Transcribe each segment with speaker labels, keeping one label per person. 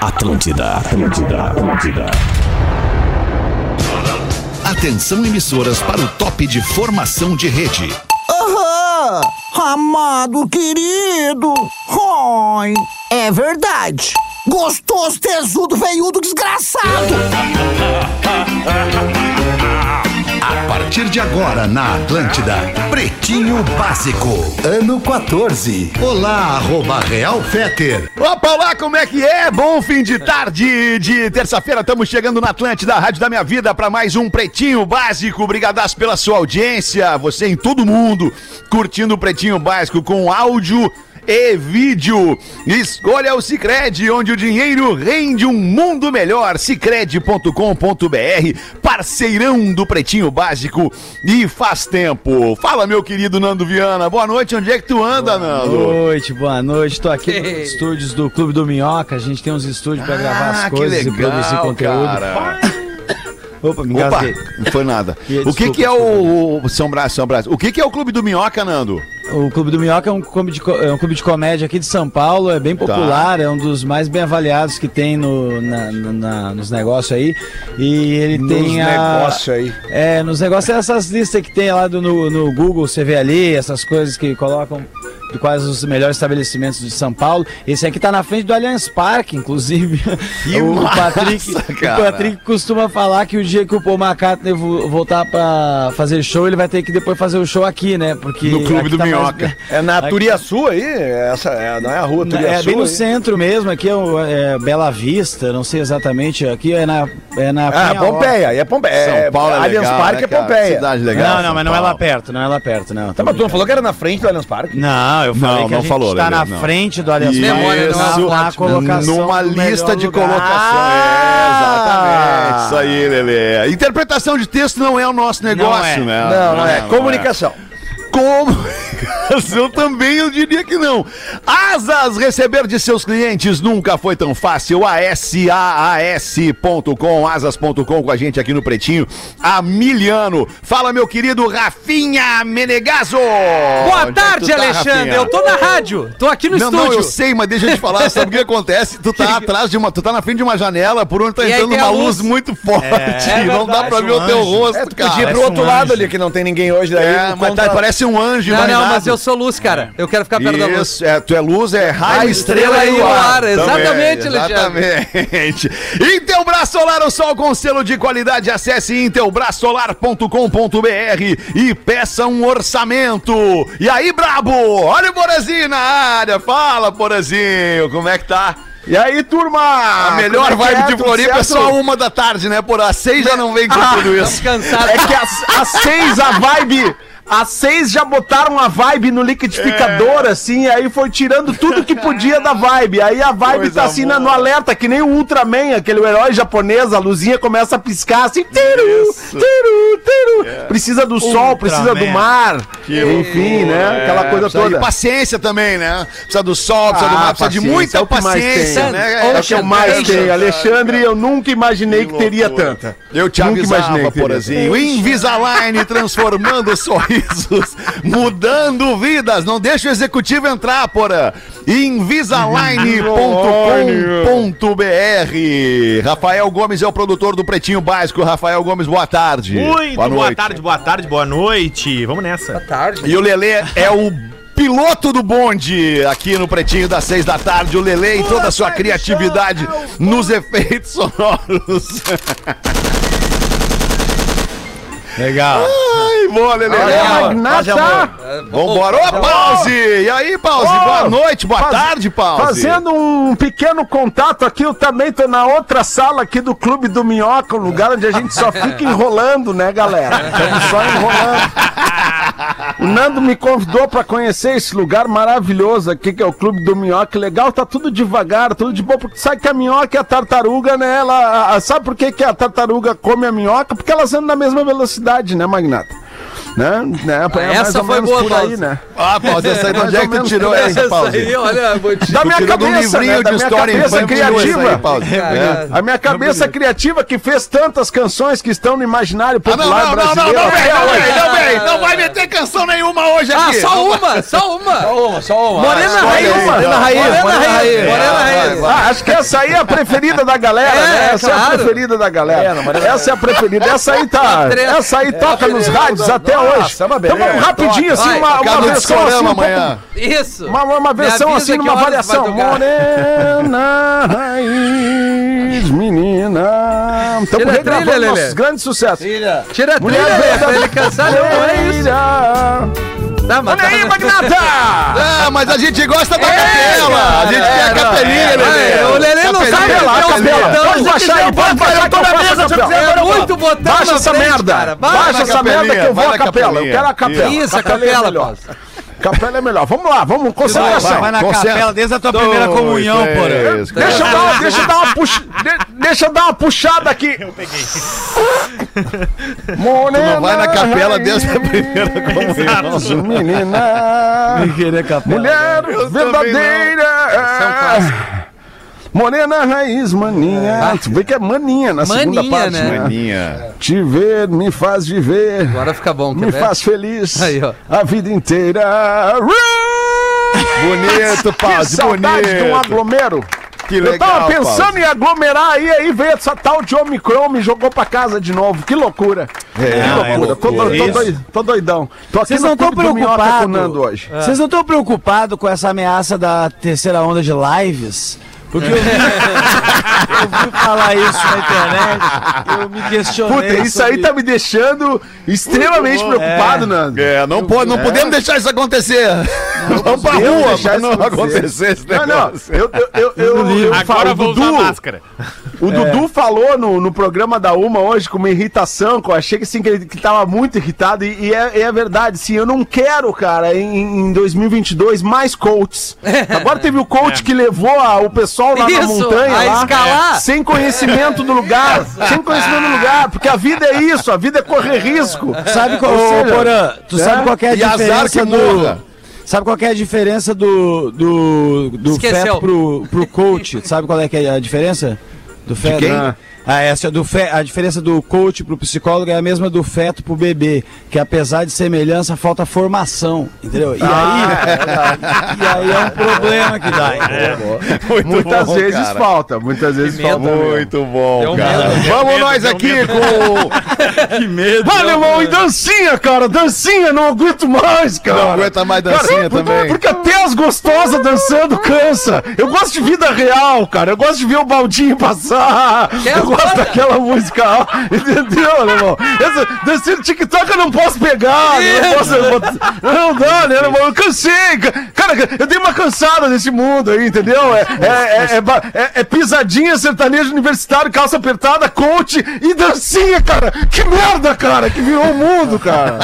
Speaker 1: Atlântida, Atlântida, Atlântida.
Speaker 2: Atenção emissoras para o top de formação de rede.
Speaker 3: Aham! Amado querido! Oi! É verdade! Gostoso, tesudo, veiudo, desgraçado!
Speaker 2: A partir de agora na Atlântida, Pretinho Básico, ano 14. Olá, arroba Real Feter.
Speaker 4: Opa, olá, como é que é? Bom fim de tarde de terça-feira. Estamos chegando na Atlântida, a Rádio da Minha Vida, para mais um Pretinho Básico. Obrigadaço pela sua audiência. Você em todo mundo curtindo o Pretinho Básico com áudio e vídeo. Escolha o Cicred, onde o dinheiro rende um mundo melhor. Cicred.com.br, parceirão do Pretinho Básico e faz tempo. Fala, meu querido Nando Viana. Boa noite, onde é que tu anda, Nando? Ah,
Speaker 5: Boa noite, boa noite. Tô aqui nos estúdios do Clube do Minhoca. A gente tem uns estúdios pra gravar
Speaker 4: Ah,
Speaker 5: as
Speaker 4: que
Speaker 5: coisas e
Speaker 4: legal,
Speaker 5: produzir conteúdo.
Speaker 4: cara.
Speaker 5: Opa, me
Speaker 4: Opa,
Speaker 5: engasguei.
Speaker 4: não foi nada.
Speaker 5: E aí,
Speaker 4: o que
Speaker 5: desculpa,
Speaker 4: que é o... o- São Brás, São Brás. O que que é o Clube do Minhoca, Nando?
Speaker 5: O Clube do Minhoca é um clube, de, co- é um clube de comédia aqui de São Paulo, é bem
Speaker 4: Tá.
Speaker 5: popular, é um dos mais bem avaliados que tem no, na- na- na- nos negócios aí. E ele tem a.
Speaker 6: aí.
Speaker 5: É, nos negócios é essas listas que tem lá do- no, no Google, você vê ali, essas coisas que colocam de quais os melhores estabelecimentos de São Paulo. Esse aqui tá na frente do Allianz Parque, inclusive.
Speaker 4: Que
Speaker 5: o,
Speaker 4: massa,
Speaker 5: Patrick,
Speaker 4: cara.
Speaker 5: o Patrick costuma falar que o dia que o Paul McCartney vo- voltar pra fazer show, ele vai ter que depois fazer o show aqui, né? Porque
Speaker 4: No Clube
Speaker 5: aqui
Speaker 4: do
Speaker 5: tá mais-
Speaker 4: Minhoca.
Speaker 6: É na Turiaçu aí? Essa, é, não é a rua
Speaker 5: Na-
Speaker 6: Turiaçu?
Speaker 5: É bem no
Speaker 6: aí?
Speaker 5: centro mesmo, aqui é, o- é Bela Vista, não sei exatamente, aqui é na... É na
Speaker 6: Ah,
Speaker 5: Penha Horta.
Speaker 6: Pompeia. É Pompeia.
Speaker 4: São Paulo é
Speaker 6: Allianz
Speaker 4: legal, né,
Speaker 6: Parque é
Speaker 4: cara?
Speaker 6: Pompeia.
Speaker 4: Cidade legal, Tá.
Speaker 5: não,
Speaker 4: São
Speaker 5: não, mas não é lá
Speaker 4: Paulo.
Speaker 5: perto, não é lá perto, não.
Speaker 6: Tá, mas tu não falou que era na frente do Allianz Parque?
Speaker 5: Não, eu falei
Speaker 4: Não,
Speaker 5: que
Speaker 4: não
Speaker 5: a gente
Speaker 4: falou,
Speaker 5: tá
Speaker 4: Lelê,
Speaker 5: na
Speaker 4: não.
Speaker 5: frente do Allianz
Speaker 4: Isso,
Speaker 5: Parque, na colocação
Speaker 4: numa
Speaker 5: do
Speaker 4: lista
Speaker 5: melhor
Speaker 4: de
Speaker 5: lugar. Ah!
Speaker 4: colocação. Ah! É, exatamente. Isso aí, Lelê. Interpretação de texto não é o nosso negócio,
Speaker 5: é.
Speaker 4: né?
Speaker 6: Não, não é. Comunicação.
Speaker 4: Comunicação também eu diria que não. Asas, receber de seus clientes nunca foi tão fácil. ASAAS.com, asas.com com a gente aqui no Pretinho. Há miliano. Fala, meu querido Rafinha Menegaso.
Speaker 7: Boa
Speaker 4: Onde é que
Speaker 7: tarde,
Speaker 4: tu tá,
Speaker 7: Alexandre.
Speaker 4: Rafinha?
Speaker 7: Eu tô na rádio, tô aqui no
Speaker 4: Não, não,
Speaker 7: estúdio.
Speaker 4: eu sei, mas deixa eu te falar, sabe o que acontece? Tu tá atrás de uma, tu tá na frente de uma janela por onde tá
Speaker 7: E aí
Speaker 4: entrando
Speaker 7: tem
Speaker 4: uma
Speaker 7: a
Speaker 4: luz
Speaker 7: luz.
Speaker 4: muito forte.
Speaker 7: é
Speaker 4: não dá
Speaker 7: verdade,
Speaker 4: pra ver
Speaker 5: um
Speaker 4: o teu
Speaker 5: anjo.
Speaker 4: rosto,
Speaker 6: É, tu podia ir
Speaker 4: cara.
Speaker 6: pro
Speaker 5: parece
Speaker 6: outro
Speaker 5: um
Speaker 6: lado
Speaker 5: anjo.
Speaker 6: ali que não tem ninguém hoje. Daí
Speaker 4: É,
Speaker 6: o
Speaker 4: mas tá-
Speaker 6: contra-
Speaker 4: parece um anjo
Speaker 7: Não, não,
Speaker 4: iluminado.
Speaker 7: mas eu sou luz, cara. Eu quero ficar perto da luz.
Speaker 4: Isso, é, tu é luz, é raio,
Speaker 7: Raio,
Speaker 4: estrela, e o ar.
Speaker 7: Exatamente,
Speaker 4: Exatamente. Intelbras Solar, o sol com selo de qualidade. Acesse intelbrasolar.com.br e peça um orçamento. E aí, brabo? Olha o Borazinho na área. Fala, Borazinho, como é que tá?
Speaker 6: E aí, turma?
Speaker 4: A melhor
Speaker 6: Como é que
Speaker 4: vibe
Speaker 6: é?
Speaker 4: de
Speaker 6: Tudo
Speaker 4: Floripa é
Speaker 6: certo? Ah,
Speaker 4: só uma da tarde, né? Por às seis já não vem com tudo
Speaker 7: Estamos
Speaker 4: isso.
Speaker 7: cansados.
Speaker 6: É que às às seis a vibe. Às seis já botaram a vibe no
Speaker 4: É.
Speaker 6: liquidificador, assim, aí foi tirando tudo que podia da vibe. Aí a vibe
Speaker 4: Coisa
Speaker 6: tá assim na- no
Speaker 4: boa.
Speaker 6: alerta, que nem o Ultraman, aquele herói japonês, a luzinha começa a piscar assim, tiru,
Speaker 4: Isso. É.
Speaker 6: tiru, tiru. Precisa do sol, precisa do mar. Enfim,
Speaker 4: é.
Speaker 6: né? Aquela coisa
Speaker 4: Precisa de
Speaker 6: toda.
Speaker 4: paciência também, né? Precisa do sol, precisa do
Speaker 6: Ah,
Speaker 4: mar, precisa de
Speaker 6: paciência, é
Speaker 4: muita
Speaker 6: o que mais
Speaker 4: paciência,
Speaker 6: tem.
Speaker 4: né?
Speaker 6: É o que eu mais tenho. Alexandre, eu nunca imaginei que teria tanta.
Speaker 4: Eu te
Speaker 6: Nunca
Speaker 4: avisava,
Speaker 6: imaginei que teria
Speaker 4: Porazinho. Invisalign transformando sorrisos, mudando vidas. Não deixa o executivo entrar, Porã. Invisalign.com.br Rafael Gomes é o produtor do Pretinho Básico. Rafael Gomes, boa tarde.
Speaker 8: Muito boa, tarde, boa tarde, boa noite. Vamos nessa.
Speaker 4: E o Lelê é o piloto do bonde aqui no Pretinho das seis da tarde. O Lelê e toda a sua criatividade nos efeitos sonoros.
Speaker 5: Legal.
Speaker 4: Ai, boa, Lelê.
Speaker 6: Olha,
Speaker 4: Boa.
Speaker 6: Magnata!
Speaker 4: Vambora. Ô, Pause! E aí, Pause?
Speaker 6: Ô,
Speaker 4: boa noite, boa
Speaker 6: faz-
Speaker 4: tarde, Pause.
Speaker 6: Fazendo um pequeno contato aqui, eu também tô na outra sala aqui do Clube do Minhoca, um lugar onde a gente só fica enrolando, né, galera? Estamos só enrolando. O Nando me convidou pra conhecer esse lugar maravilhoso aqui, que é o Clube do Minhoca. Legal, tá tudo devagar, tudo de boa, porque sabe que a minhoca e a tartaruga, né? Ela, a- a- sabe por que, que a tartaruga come a minhoca? Porque elas andam na mesma velocidade, né, Magnata? Né? né? É mais
Speaker 7: essa
Speaker 6: ou
Speaker 7: foi
Speaker 6: menos
Speaker 7: boa,
Speaker 6: por aí,
Speaker 7: Pause.
Speaker 6: né?
Speaker 4: Ah, Pause, essa aí, de
Speaker 6: Mais
Speaker 4: onde é
Speaker 6: ou
Speaker 4: que tu
Speaker 6: menos
Speaker 4: tirou
Speaker 6: por aí.
Speaker 4: essa, Pause?
Speaker 7: aí, olha, vou te...
Speaker 6: da minha
Speaker 4: Tirou de um
Speaker 6: cabeça,
Speaker 4: livrinho
Speaker 6: né? da
Speaker 4: de
Speaker 6: minha
Speaker 4: história
Speaker 6: cabeça
Speaker 4: infantil essa aí,
Speaker 6: criativa.
Speaker 4: Pause.
Speaker 7: Cara,
Speaker 6: A minha cabeça criativa que fez tantas canções que estão no imaginário
Speaker 4: Ah, não,
Speaker 6: popular
Speaker 4: não, não, não, não,
Speaker 6: brasileiro.
Speaker 4: não, vem, não, vem, não, vem.
Speaker 7: Ah.
Speaker 4: Não vai meter canção nenhuma hoje
Speaker 7: Ah,
Speaker 4: aqui.
Speaker 7: só uma, só uma.
Speaker 6: Só uma, só uma.
Speaker 7: Morena
Speaker 4: escolhe
Speaker 7: Raiz.
Speaker 4: aí,
Speaker 7: Morena
Speaker 4: então.
Speaker 7: Raiz.
Speaker 6: Morena Raiz.
Speaker 7: Morena Raiz.
Speaker 4: Vai,
Speaker 7: Morena
Speaker 4: vai,
Speaker 7: Raiz.
Speaker 4: vai.
Speaker 6: Ah, acho que essa aí é a preferida da galera,
Speaker 7: É,
Speaker 6: né?
Speaker 7: é
Speaker 6: Essa é a
Speaker 7: claro.
Speaker 6: preferida da galera. essa é a preferida. Essa aí tá.
Speaker 7: treta. É,
Speaker 6: Essa aí toca nos
Speaker 7: beleza.
Speaker 6: rádios até hoje.
Speaker 9: é uma
Speaker 6: então vamos
Speaker 9: beleza.
Speaker 6: rapidinho, assim,
Speaker 7: Vai,
Speaker 6: uma, uma
Speaker 4: Cada um
Speaker 6: versão
Speaker 4: discorama
Speaker 6: assim. um
Speaker 4: amanhã.
Speaker 7: Isso.
Speaker 6: pouco- Uma, uma
Speaker 7: né, Me
Speaker 6: versão
Speaker 7: avisa
Speaker 6: assim,
Speaker 7: que
Speaker 6: numa
Speaker 7: horas vai
Speaker 6: variação.
Speaker 7: tocar.
Speaker 6: Morena Raiz, menina. Estamos
Speaker 7: Tira a trilha,
Speaker 6: regravando
Speaker 7: Lelê.
Speaker 6: nossos grandes sucessos.
Speaker 7: Tira a trilha,
Speaker 6: Mulher
Speaker 7: né? Pra ele cansar, não, não é isso.
Speaker 6: verdadeira.
Speaker 7: Tá, mas
Speaker 6: Olha aí,
Speaker 7: tá-
Speaker 6: Magnata!
Speaker 4: Ah, mas a gente gosta da capela. A gente tem a capelinha,
Speaker 7: É,
Speaker 4: Lelê.
Speaker 7: o Lelê não sabe
Speaker 4: Capelinha,
Speaker 7: o que é os
Speaker 4: capelinha.
Speaker 7: botões.
Speaker 6: Pode
Speaker 7: Se
Speaker 6: baixar aí,
Speaker 7: quiser,
Speaker 6: pode baixar que eu faço a capela.
Speaker 7: É muito botão
Speaker 6: Baixa
Speaker 7: na
Speaker 6: essa
Speaker 7: frente,
Speaker 6: merda.
Speaker 7: cara.
Speaker 6: Baixa
Speaker 7: Baixa.
Speaker 4: na
Speaker 6: essa
Speaker 4: capelinha,
Speaker 6: merda que eu vou
Speaker 4: vai
Speaker 6: à
Speaker 4: na
Speaker 6: capela. Eu
Speaker 4: capelinha.
Speaker 6: quero a capela.
Speaker 7: Isso, a
Speaker 6: é
Speaker 7: capela,
Speaker 6: melhor.
Speaker 7: pô.
Speaker 6: Capela é melhor. Vamos lá, vamos, concentração.
Speaker 9: Vai na
Speaker 4: Concentra.
Speaker 9: capela desde a tua primeira
Speaker 4: Dois,
Speaker 9: comunhão,
Speaker 4: três,
Speaker 9: porra.
Speaker 4: quatro.
Speaker 6: Deixa eu dar, uma- deixa eu dar uma puxa, de- deixa eu dar uma puxada aqui. Eu peguei. Morena,
Speaker 4: Não vai na capela desde a primeira comunhão.
Speaker 6: raiz, menina.
Speaker 5: Querer capela.
Speaker 6: Mulher é
Speaker 4: é um
Speaker 6: um verdadeira. Morena raiz, maninha. Tu vê que é maninha na segunda
Speaker 7: Maninha,
Speaker 6: parte,
Speaker 7: né?
Speaker 6: né?
Speaker 4: Maninha.
Speaker 6: Te ver me faz viver.
Speaker 7: Agora fica bom, quer
Speaker 6: Me
Speaker 7: ver?
Speaker 6: faz feliz
Speaker 7: Aí, ó.
Speaker 6: a vida inteira.
Speaker 4: Bonito,
Speaker 6: Que
Speaker 4: Paz,
Speaker 6: saudade de um
Speaker 4: bonito.
Speaker 6: aglomero.
Speaker 4: Que
Speaker 6: Eu tava pensando
Speaker 4: Paz.
Speaker 6: em aglomerar aí, aí veio essa tal de Omicron me jogou pra casa de novo. Que loucura. que loucura.
Speaker 9: é loucura.
Speaker 6: Tô, doi- tô doi- tô doidão. Tô aqui
Speaker 5: Vocês
Speaker 6: no
Speaker 5: não estão
Speaker 6: Clube do Minhoca com o Nando
Speaker 5: preocupados.
Speaker 6: hoje.
Speaker 5: Vocês não estão preocupados com essa ameaça da terceira onda de lives? Porque eu vi, eu vi falar isso na internet. Eu me questionei.
Speaker 6: Puta, isso aí
Speaker 5: sobre-
Speaker 6: tá me deixando extremamente preocupado,
Speaker 5: É.
Speaker 6: Nando.
Speaker 4: É, não, pode, não podemos deixar isso acontecer. Vamos pra
Speaker 6: podemos
Speaker 4: rua
Speaker 6: deixar
Speaker 4: pra não
Speaker 6: isso acontecer.
Speaker 4: acontecer esse
Speaker 6: Não,
Speaker 4: negócio.
Speaker 6: não, eu, eu, eu, eu, eu falo,
Speaker 8: Agora
Speaker 6: o
Speaker 8: eu vou usar
Speaker 6: Dudu-
Speaker 8: máscara.
Speaker 6: O
Speaker 7: É.
Speaker 6: Dudu falou no, no programa da Uma hoje com uma irritação, que eu achei que, assim, que ele que tava muito irritado, e, e é, é verdade, sim, eu não quero, cara, em, em 2022, mais coaches. Agora teve o coach que levou a- o pessoal lá na
Speaker 7: É. Isso,
Speaker 6: montanha,
Speaker 7: a
Speaker 6: lá, é,
Speaker 7: escalar.
Speaker 6: sem conhecimento do lugar, sem conhecimento do lugar, porque a vida é isso, a vida é correr risco.
Speaker 5: Sabe qual,
Speaker 6: Ou
Speaker 5: ô,
Speaker 6: seja,
Speaker 5: Porã, tu sabe qual que é a
Speaker 4: E azar
Speaker 5: diferença
Speaker 4: que morra.
Speaker 5: do... Sabe qual que é a diferença do, do, do
Speaker 7: Esqueceu.
Speaker 5: feto pro, pro coach? Sabe qual é, que é a diferença? Do feto?
Speaker 6: quem?
Speaker 5: Ah, essa do fe, a diferença do coach pro psicólogo é a mesma do feto pro bebê, que apesar de semelhança, falta formação, entendeu? E, aí, e aí é um problema que dá. entendeu?
Speaker 4: Muito
Speaker 6: Muitas
Speaker 4: bom,
Speaker 6: vezes
Speaker 4: cara.
Speaker 6: falta, muitas vezes falta. mesmo.
Speaker 4: Muito bom,
Speaker 7: um
Speaker 4: cara.
Speaker 7: medo,
Speaker 4: Vamos nós aqui com.
Speaker 6: Olha, irmão, e dancinha, cara, dancinha, não aguento mais, cara.
Speaker 4: né? Não aguenta mais dancinha
Speaker 6: Cara, por-
Speaker 4: também.
Speaker 6: Porque até as gostosas dançando cansa. Eu gosto de vida real, cara. Eu gosto de ver o baldinho passar.
Speaker 7: Quer
Speaker 6: eu gosto
Speaker 7: banda?
Speaker 6: daquela música. Entendeu, meu irmão? Essa, dancinha do TikTok eu não posso pegar. né? Eu não, posso, eu vou- não dá, né, meu irmão? Eu cansei. ca- Cara, eu dei uma cansada nesse mundo aí, entendeu? É, é, é- é ba- é- é pisadinha, sertanejo universitário, calça apertada, coach e dancinha, cara. Que merda, cara, que virou o mundo, cara.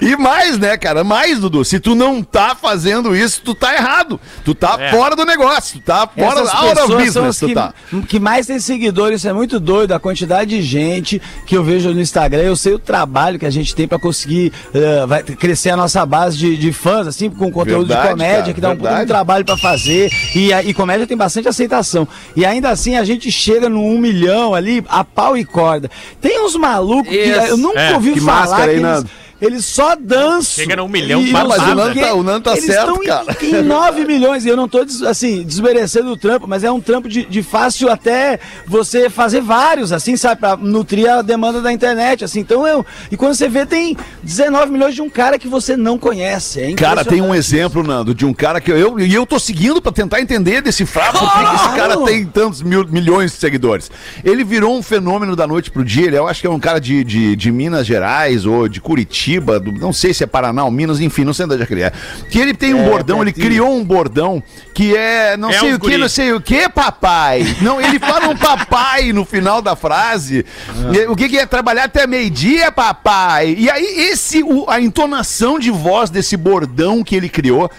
Speaker 4: E mais, né, cara? Mais, Dudu. Se tu não tá fazendo isso, tu tá errado. Tu tá
Speaker 7: É.
Speaker 4: fora do negócio. Tu tá fora
Speaker 5: Essas
Speaker 4: da out of
Speaker 5: pessoas são
Speaker 4: business,
Speaker 5: as
Speaker 4: tu
Speaker 5: que,
Speaker 4: tá.
Speaker 5: que mais tem seguidores, isso é muito doido, a quantidade de gente que eu vejo no Instagram, eu sei o trabalho que a gente tem pra conseguir eh, vai crescer a nossa base de, de fãs, assim, com conteúdo
Speaker 4: Verdade,
Speaker 5: de comédia,
Speaker 4: cara,
Speaker 5: que dá um puta de
Speaker 4: verdade.
Speaker 5: trabalho pra fazer, e, a- e comédia tem bastante aceitação. E ainda assim, a gente chega no um milhão ali, a pau e corda. Tem uns malucos que
Speaker 7: Isso.
Speaker 5: eu nunca
Speaker 8: É,
Speaker 5: ouvi
Speaker 6: que
Speaker 5: falar
Speaker 6: máscara aí,
Speaker 5: que eles...
Speaker 6: Nando.
Speaker 5: eles só dançam.
Speaker 8: Chega no um milhão,
Speaker 5: e
Speaker 8: mas
Speaker 5: não
Speaker 8: o
Speaker 5: sabe
Speaker 4: Nando
Speaker 5: quê.
Speaker 4: tá- o Nando tá
Speaker 5: Eles
Speaker 4: certo,
Speaker 5: tão em-
Speaker 4: cara.
Speaker 5: em 9 milhões, e eu não tô, des- assim, desmerecendo o trampo, mas é um trampo de, de fácil até você fazer vários, assim, sabe, pra nutrir a demanda da internet, assim, então eu, e quando você vê, tem 19 milhões de um cara que você não conhece, é
Speaker 4: Cara, tem um
Speaker 5: impressionante.
Speaker 4: exemplo, Nando, de um cara que eu. E eu tô seguindo pra tentar entender desse fraco por que que esse cara tem tantos mil- milhões de seguidores. Ele virou um fenômeno da noite pro dia. Ele, eu acho que é um cara de, de, de Minas Gerais ou de Curitiba, do- não sei se é Paraná ou Minas, enfim, não sei onde é que ele é. Que ele tem um bordão, ele criou um bordão que é não
Speaker 8: É
Speaker 4: sei
Speaker 8: os
Speaker 4: o que,
Speaker 8: guri.
Speaker 4: não sei o que, papai. Não, ele fala um papai no final da frase.
Speaker 8: Ah.
Speaker 4: E O que, que é trabalhar até meio-dia, papai? E aí, esse, o- a entonação de voz desse bordão que ele criou.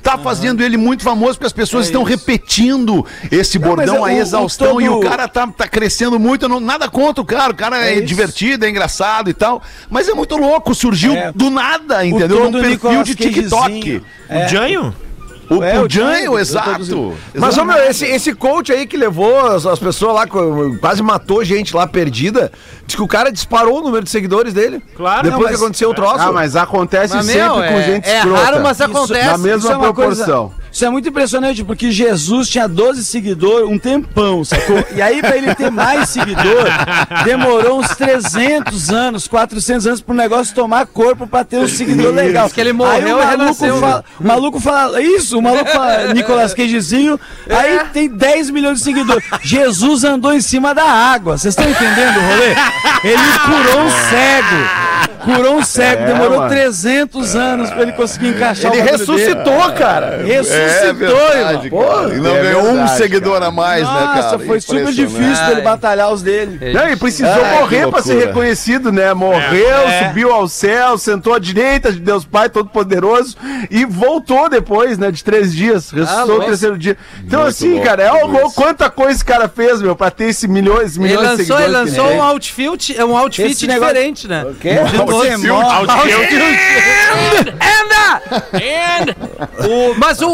Speaker 4: Tá fazendo ele muito famoso porque as pessoas
Speaker 8: É
Speaker 4: estão repetindo esse bordão
Speaker 5: mas é
Speaker 4: aí
Speaker 5: o- o
Speaker 4: exaustão e o
Speaker 5: todo-
Speaker 4: cara tá, tá crescendo muito. eu não- nada contra o cara, o cara é,
Speaker 5: isso.
Speaker 4: divertido, é engraçado e tal. Mas é muito louco, surgiu
Speaker 5: É.
Speaker 4: do nada,
Speaker 5: O
Speaker 4: entendeu? Num
Speaker 5: todo
Speaker 4: perfil
Speaker 5: Nicolas
Speaker 4: de TikTok.
Speaker 5: Cagezinho.
Speaker 8: O Janho?
Speaker 4: O,
Speaker 5: É,
Speaker 4: o
Speaker 5: o Janho,
Speaker 4: Janho,
Speaker 5: eu
Speaker 4: exato.
Speaker 9: Mas, ô, meu, esse, esse coach aí que levou as, as pessoas lá, co- quase matou gente lá perdida, diz que o cara disparou o número de seguidores dele.
Speaker 8: Claro,
Speaker 9: Depois
Speaker 8: não,
Speaker 9: que
Speaker 8: mas-
Speaker 9: aconteceu o troço.
Speaker 6: Ah, mas acontece
Speaker 7: Mas,
Speaker 6: sempre
Speaker 7: meu,
Speaker 6: com
Speaker 7: é-
Speaker 6: gente
Speaker 7: é
Speaker 6: escrota.
Speaker 7: raro, mas acontece.
Speaker 6: Na mesma
Speaker 5: Isso é uma
Speaker 6: proporção.
Speaker 5: coisa- Isso é muito impressionante, porque Jesus tinha 12 seguidores um tempão, sacou? E aí, pra ele ter mais seguidor, demorou uns 300 anos, 400 anos pro negócio tomar corpo pra ter um seguidor legal.
Speaker 7: que ele morreu
Speaker 5: aí, o
Speaker 7: e
Speaker 5: maluco
Speaker 7: renasceu. É.
Speaker 5: fala, o maluco fala, isso, o maluco fala, Nicolas Cagezinho, aí tem 10 milhões de seguidores. Jesus andou em cima da água, vocês estão entendendo o rolê? Ele curou um cego. Curou um
Speaker 6: É,
Speaker 5: cego, demorou 300 anos pra ele conseguir encaixar
Speaker 9: Ele
Speaker 5: o Tá um bagulho dele. É,
Speaker 9: ressuscitou, cara.
Speaker 5: Ressuscitou, irmão.
Speaker 9: Pô,
Speaker 4: É E não
Speaker 9: é
Speaker 4: ganhou um
Speaker 9: verdade,
Speaker 4: seguidor a mais, né,
Speaker 5: Nossa,
Speaker 4: cara?
Speaker 5: foi super
Speaker 4: Impressionante.
Speaker 5: difícil pra ele batalhar os dele.
Speaker 6: Não, e precisou
Speaker 4: Ai, que
Speaker 6: morrer pra ser
Speaker 4: loucura.
Speaker 6: reconhecido, né? Morreu, subiu ao céu, sentou à direita de Deus Pai Todo-Poderoso e voltou depois, né? De três dias, ressuscitou
Speaker 7: louco.
Speaker 6: no terceiro dia. Então,
Speaker 4: Muito
Speaker 6: assim,
Speaker 4: louco
Speaker 6: cara, é
Speaker 4: tudo
Speaker 6: algo,
Speaker 4: isso.
Speaker 6: quanta coisa esse cara fez, meu, pra ter esse milhões,
Speaker 7: Ele
Speaker 6: milhões de
Speaker 7: lançou, ele
Speaker 6: seguidores. né?
Speaker 7: lançou
Speaker 6: que ele
Speaker 7: um
Speaker 6: tem.
Speaker 7: outfit, um outfit
Speaker 5: Esse negócio-
Speaker 7: diferente, né?
Speaker 5: Não,
Speaker 4: assim?
Speaker 5: você é
Speaker 7: é
Speaker 5: morre.
Speaker 7: And, and, o, mas o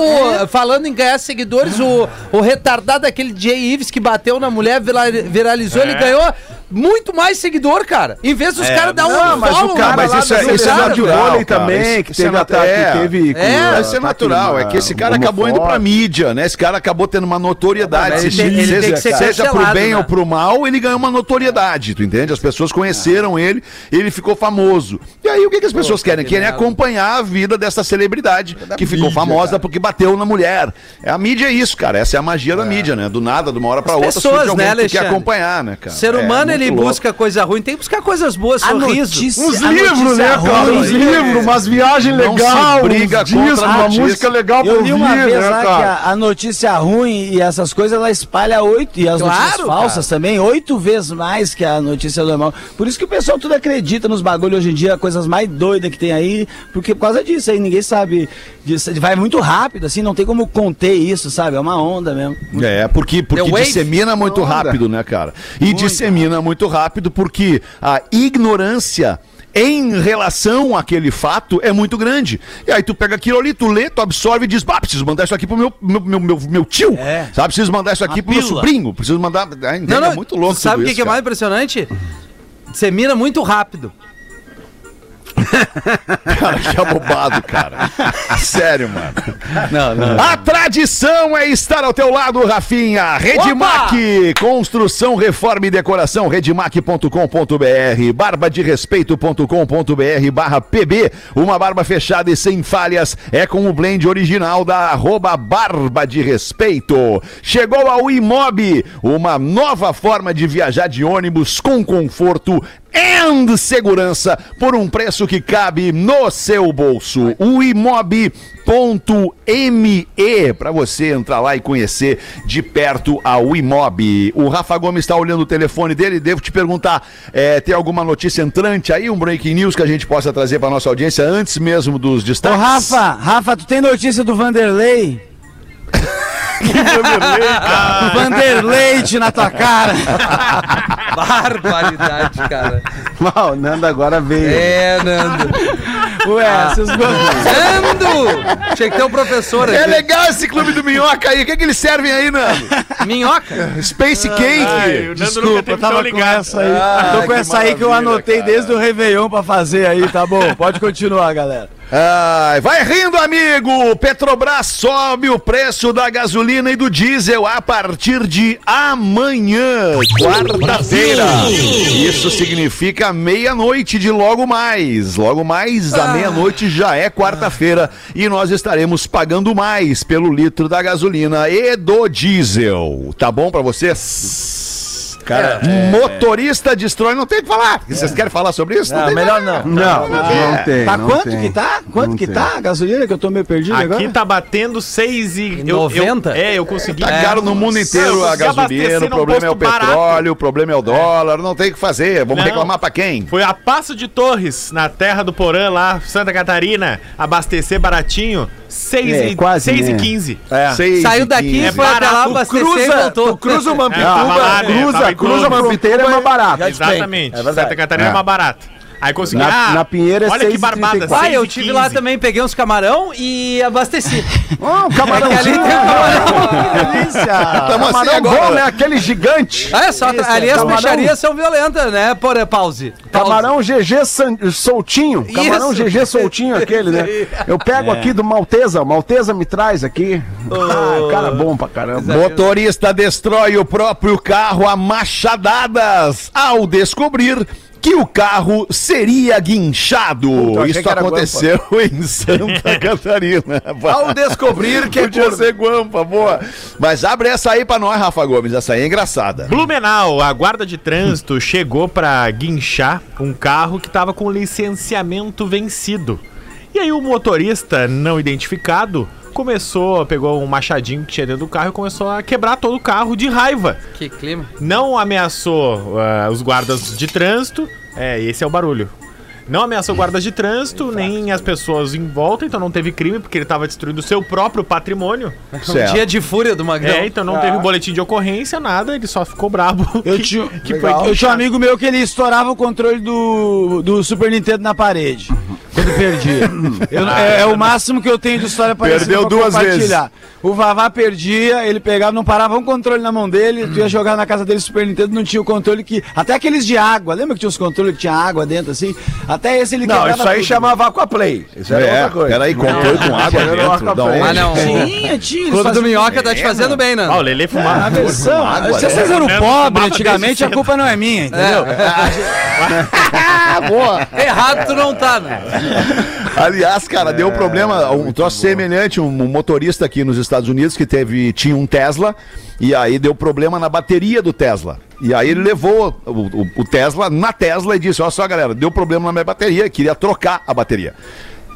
Speaker 7: falando em ganhar seguidores, o, o retardado é aquele Jay Ives que bateu na mulher, vira- viralizou,
Speaker 6: É.
Speaker 7: ele ganhou muito mais seguidor, cara. Em vez dos caras dar um
Speaker 6: Não, mas o
Speaker 7: follow
Speaker 6: cara,
Speaker 7: lá
Speaker 6: mas
Speaker 7: no
Speaker 6: isso é,
Speaker 7: cara,
Speaker 6: isso é
Speaker 7: cara.
Speaker 6: natural, vôlei também, que teve ataque, teve...
Speaker 7: É,
Speaker 6: com-
Speaker 4: Isso é natural, é que esse cara acabou indo pra mídia, né? Esse cara acabou tendo uma notoriedade.
Speaker 7: Ele
Speaker 4: Se-
Speaker 7: tem- ele
Speaker 4: seja,
Speaker 7: tem que ser
Speaker 4: seja pro
Speaker 7: cancelado,
Speaker 4: bem
Speaker 7: né?
Speaker 4: ou pro mal, ele ganhou uma notoriedade, tu entende? As pessoas conheceram ele, ele ficou famoso. E aí o que, que as pessoas querem? Querem acompanhar a vida dessa celebridade que ficou famosa porque bateu na mulher. É, A mídia é isso, cara. Essa é a magia da mídia, né? Do nada, de uma hora pra outra,
Speaker 7: pessoas,
Speaker 4: surge alguém
Speaker 7: né,
Speaker 4: que tu quer
Speaker 7: Alexandre?
Speaker 4: acompanhar, né, cara?
Speaker 7: Ser
Speaker 4: É,
Speaker 7: humano,
Speaker 4: muito
Speaker 7: ele
Speaker 4: louco.
Speaker 7: busca coisa ruim, tem que buscar coisas boas,
Speaker 3: A
Speaker 7: sorriso.
Speaker 3: notícia,
Speaker 6: Uns
Speaker 3: a
Speaker 6: livros,
Speaker 3: notícia
Speaker 6: né, cara?
Speaker 3: ruim-
Speaker 6: Uns livros, umas viagens
Speaker 4: Não se
Speaker 6: legais,
Speaker 4: briga
Speaker 6: uns discos,
Speaker 4: contra
Speaker 6: uma
Speaker 4: artista.
Speaker 6: música legal pra
Speaker 5: Eu li uma
Speaker 6: ouvir,
Speaker 5: vez
Speaker 6: né,
Speaker 5: lá que
Speaker 6: cara?
Speaker 5: a, a notícia ruim e essas coisas, ela espalha oito, e as
Speaker 7: Claro,
Speaker 5: notícias falsas também, oito vezes mais que a notícia normal. Por isso que o pessoal tudo acredita nos bagulhos hoje em dia, coisas mais doidas que tem aí, porque por causa disso aí, ninguém sabe, disso, vai muito rápido, assim, não tem como conter isso, sabe? É uma onda mesmo.
Speaker 4: É, porque, porque
Speaker 7: The wave.
Speaker 4: dissemina muito rápido, né, cara? E dissemina muito rápido porque a ignorância em relação àquele fato é muito grande. E aí tu pega aquilo ali, tu lê, tu absorve e diz, bah, preciso mandar isso aqui pro meu, meu, meu, meu, meu tio,
Speaker 5: É.
Speaker 4: sabe? Preciso mandar isso aqui
Speaker 5: Uma
Speaker 4: pro meu
Speaker 5: pílula.
Speaker 4: sobrinho, preciso mandar... Ah, entende?
Speaker 7: Não, não,
Speaker 4: é muito louco
Speaker 7: Sabe o
Speaker 4: tudo
Speaker 7: que,
Speaker 4: isso,
Speaker 7: que é mais
Speaker 4: cara.
Speaker 7: impressionante? Dissemina muito rápido.
Speaker 4: Cara, que abobado, cara. Sério, mano.
Speaker 7: Não, não.
Speaker 4: A tradição é estar ao teu lado, Rafinha. Redmac, construção, reforma e decoração, redmac.com.br, barba de respeito.com.br, barra PB, uma barba fechada e sem falhas, é com o blend original da arroba barba de respeito. Chegou ao Imob, uma nova forma de viajar de ônibus com conforto and segurança por um preço que cabe no seu bolso. O imob.me para você entrar lá e conhecer de perto a Imob. O Rafa Gomes está olhando o telefone dele. Devo te perguntar, eh, tem alguma notícia entrante aí, um breaking news que a gente possa trazer para nossa audiência antes mesmo dos
Speaker 5: Ô,
Speaker 4: destaques?
Speaker 5: Rafa, Rafa, tu tem notícia do Vanderlei? Vanderlei na tua cara.
Speaker 7: Barbaridade, cara.
Speaker 6: Mal, o Nando agora veio.
Speaker 7: É, Nando.
Speaker 8: Ah,
Speaker 5: Ué, vocês gostam?
Speaker 7: Nando! Tinha que ter um professor
Speaker 4: É
Speaker 7: aqui.
Speaker 4: legal esse clube do Minhoca aí. O que, é que eles servem aí, Nando?
Speaker 7: Minhoca.
Speaker 4: Space
Speaker 8: Ai,
Speaker 4: Cake.
Speaker 8: o Nando nunca
Speaker 5: Desculpa, eu
Speaker 8: teve
Speaker 5: tava
Speaker 8: tão
Speaker 5: com
Speaker 8: ligado. Ah,
Speaker 5: essa aí. Tô com essa aí que eu anotei desde o Réveillon pra fazer aí, tá bom? Pode continuar, galera.
Speaker 4: Ai, vai rindo, amigo! Petrobras sobe o preço da gasolina e do diesel a partir de amanhã, quarta-feira. Isso significa meia-noite de logo mais. Logo mais, à
Speaker 9: Ah.
Speaker 4: meia-noite já é quarta-feira e nós estaremos pagando mais pelo litro da gasolina e do diesel. Tá bom pra vocês?
Speaker 9: É.
Speaker 4: Cara, motorista destrói, não tem o que falar. Vocês querem falar sobre isso? tem
Speaker 9: melhor É. não.
Speaker 6: Não, não tem.
Speaker 5: Tá
Speaker 6: não
Speaker 5: quanto
Speaker 6: tem.
Speaker 5: que tá? Quanto
Speaker 6: Não
Speaker 5: que
Speaker 6: tem.
Speaker 5: tá a gasolina que eu tô meio perdido
Speaker 8: Aqui
Speaker 5: agora?
Speaker 8: tá batendo 6 e... eu- eu-
Speaker 7: 90?
Speaker 8: é, eu consegui.
Speaker 4: Tá caro no mundo inteiro
Speaker 8: Não,
Speaker 4: a
Speaker 8: se abastecer
Speaker 4: gasolina, o
Speaker 8: num
Speaker 4: problema é o
Speaker 8: posto barato.
Speaker 4: petróleo, o problema é o dólar, não tem o que fazer, vamos
Speaker 8: Não.
Speaker 4: reclamar pra quem?
Speaker 8: Foi a Passo de Torres, na terra do Porã, lá, Santa Catarina, abastecer baratinho, 6
Speaker 6: É,
Speaker 8: e,
Speaker 6: quase,
Speaker 8: 6 e
Speaker 6: né?
Speaker 8: 15.
Speaker 4: É. Seis
Speaker 7: Saiu
Speaker 4: e
Speaker 7: daqui,
Speaker 4: quinze.
Speaker 7: foi até lá, abasteceu e
Speaker 9: Cruza,
Speaker 7: voltou.
Speaker 9: tu cruza uma
Speaker 6: Ah,
Speaker 8: É, tava
Speaker 9: pituba,
Speaker 8: lá, né?
Speaker 9: cruza,
Speaker 8: Tava em
Speaker 9: cruza
Speaker 8: Curitiba.
Speaker 9: uma piteira é mais barato.
Speaker 8: Exatamente. Santa Catarina é,
Speaker 4: É.
Speaker 8: mais barata. Aí consegui.
Speaker 6: Na- na Pinheira é
Speaker 8: Olha que
Speaker 6: 6,34.
Speaker 8: barbada.
Speaker 7: Pai, eu
Speaker 8: 6,15.
Speaker 7: tive lá também, peguei uns camarão e abasteci.
Speaker 6: Ah, um
Speaker 7: Porque ali tem
Speaker 6: camarãozinho.
Speaker 7: um camarão.
Speaker 4: Tamo assim
Speaker 6: Camarão
Speaker 4: agora.
Speaker 6: bom, né? Aquele gigante.
Speaker 7: Olha só, ali as
Speaker 6: camarão.
Speaker 7: peixarias são violentas, né? Por pause. Pause.
Speaker 5: Tá
Speaker 6: Camarão GG San- Soltinho. Camarão
Speaker 7: Isso.
Speaker 6: GG Soltinho, aquele, né? Eu pego
Speaker 5: É.
Speaker 6: aqui do Maltesa. Maltesa me traz aqui. Ah, cara bom pra
Speaker 4: é
Speaker 6: caramba.
Speaker 4: Motorista destrói o próprio carro a machadadas ao descobrir que o carro seria guinchado.
Speaker 9: achei
Speaker 4: Isso
Speaker 9: que era
Speaker 4: aconteceu em Santa Catarina.
Speaker 9: Ao descobrir que é
Speaker 4: Podia
Speaker 9: corno.
Speaker 4: ser guampa, boa. Mas abre essa aí pra nós, Rafa Gomes. Essa aí é engraçada.
Speaker 8: Blumenau, Ah, a guarda de trânsito chegou pra guinchar um carro que tava com licenciamento vencido. E aí o motorista não identificado começou, pegou um machadinho que tinha dentro do carro e começou a quebrar todo o carro de raiva.
Speaker 7: Que clima.
Speaker 8: Não ameaçou ah, os guardas de trânsito. É, esse é o barulho. Não ameaçou guardas de trânsito, nem as pessoas em volta, então não teve crime, porque ele tava destruindo o seu próprio patrimônio.
Speaker 4: Certo.
Speaker 7: Um Dia de fúria do Magrão.
Speaker 8: É, então não
Speaker 9: ah.
Speaker 8: teve boletim de ocorrência, nada, ele só ficou brabo.
Speaker 5: Eu
Speaker 8: que-
Speaker 5: tinha,
Speaker 8: que foi
Speaker 5: Legal. eu tinha um amigo meu que ele estourava o controle do, do Super Nintendo na parede. Quando perdia. Eu- é, é o máximo que eu tenho de história parecida
Speaker 4: Perdeu duas
Speaker 5: O Vavá perdia, ele pegava, não parava um controle na mão dele, tu ia jogar na casa dele Super Nintendo, não tinha o controle que. Até aqueles de água, lembra que tinha os controles que tinha água dentro assim? Até esse ele
Speaker 9: Não,
Speaker 5: quebrava
Speaker 9: isso aí
Speaker 5: tudo.
Speaker 9: chamava Aquaplay. Isso era
Speaker 4: É,
Speaker 9: outra coisa.
Speaker 4: peraí, controle com água
Speaker 9: Era
Speaker 4: dentro. um
Speaker 9: uma
Speaker 4: Da
Speaker 9: café.
Speaker 7: Ah,
Speaker 4: onde?
Speaker 7: não.
Speaker 5: É. Tinha, tinha.
Speaker 7: Clube do Minhoca tá te fazendo bem,
Speaker 8: Ah, o
Speaker 7: Nando.
Speaker 8: Lelê fumava.
Speaker 5: A versão. né? Se vocês eram
Speaker 8: Fernando
Speaker 5: pobres
Speaker 8: fumava
Speaker 5: antigamente, a culpa não é minha, entendeu?
Speaker 9: Ah,
Speaker 7: Errado tu não tá, né?
Speaker 4: Aliás, cara, deu um problema, um troço semelhante, um um motorista aqui nos Estados Unidos que teve, tinha um Tesla, e aí deu problema na bateria do Tesla. E aí ele levou o, o- o Tesla na Tesla e disse, olha só galera, deu problema na minha bateria, queria trocar a bateria.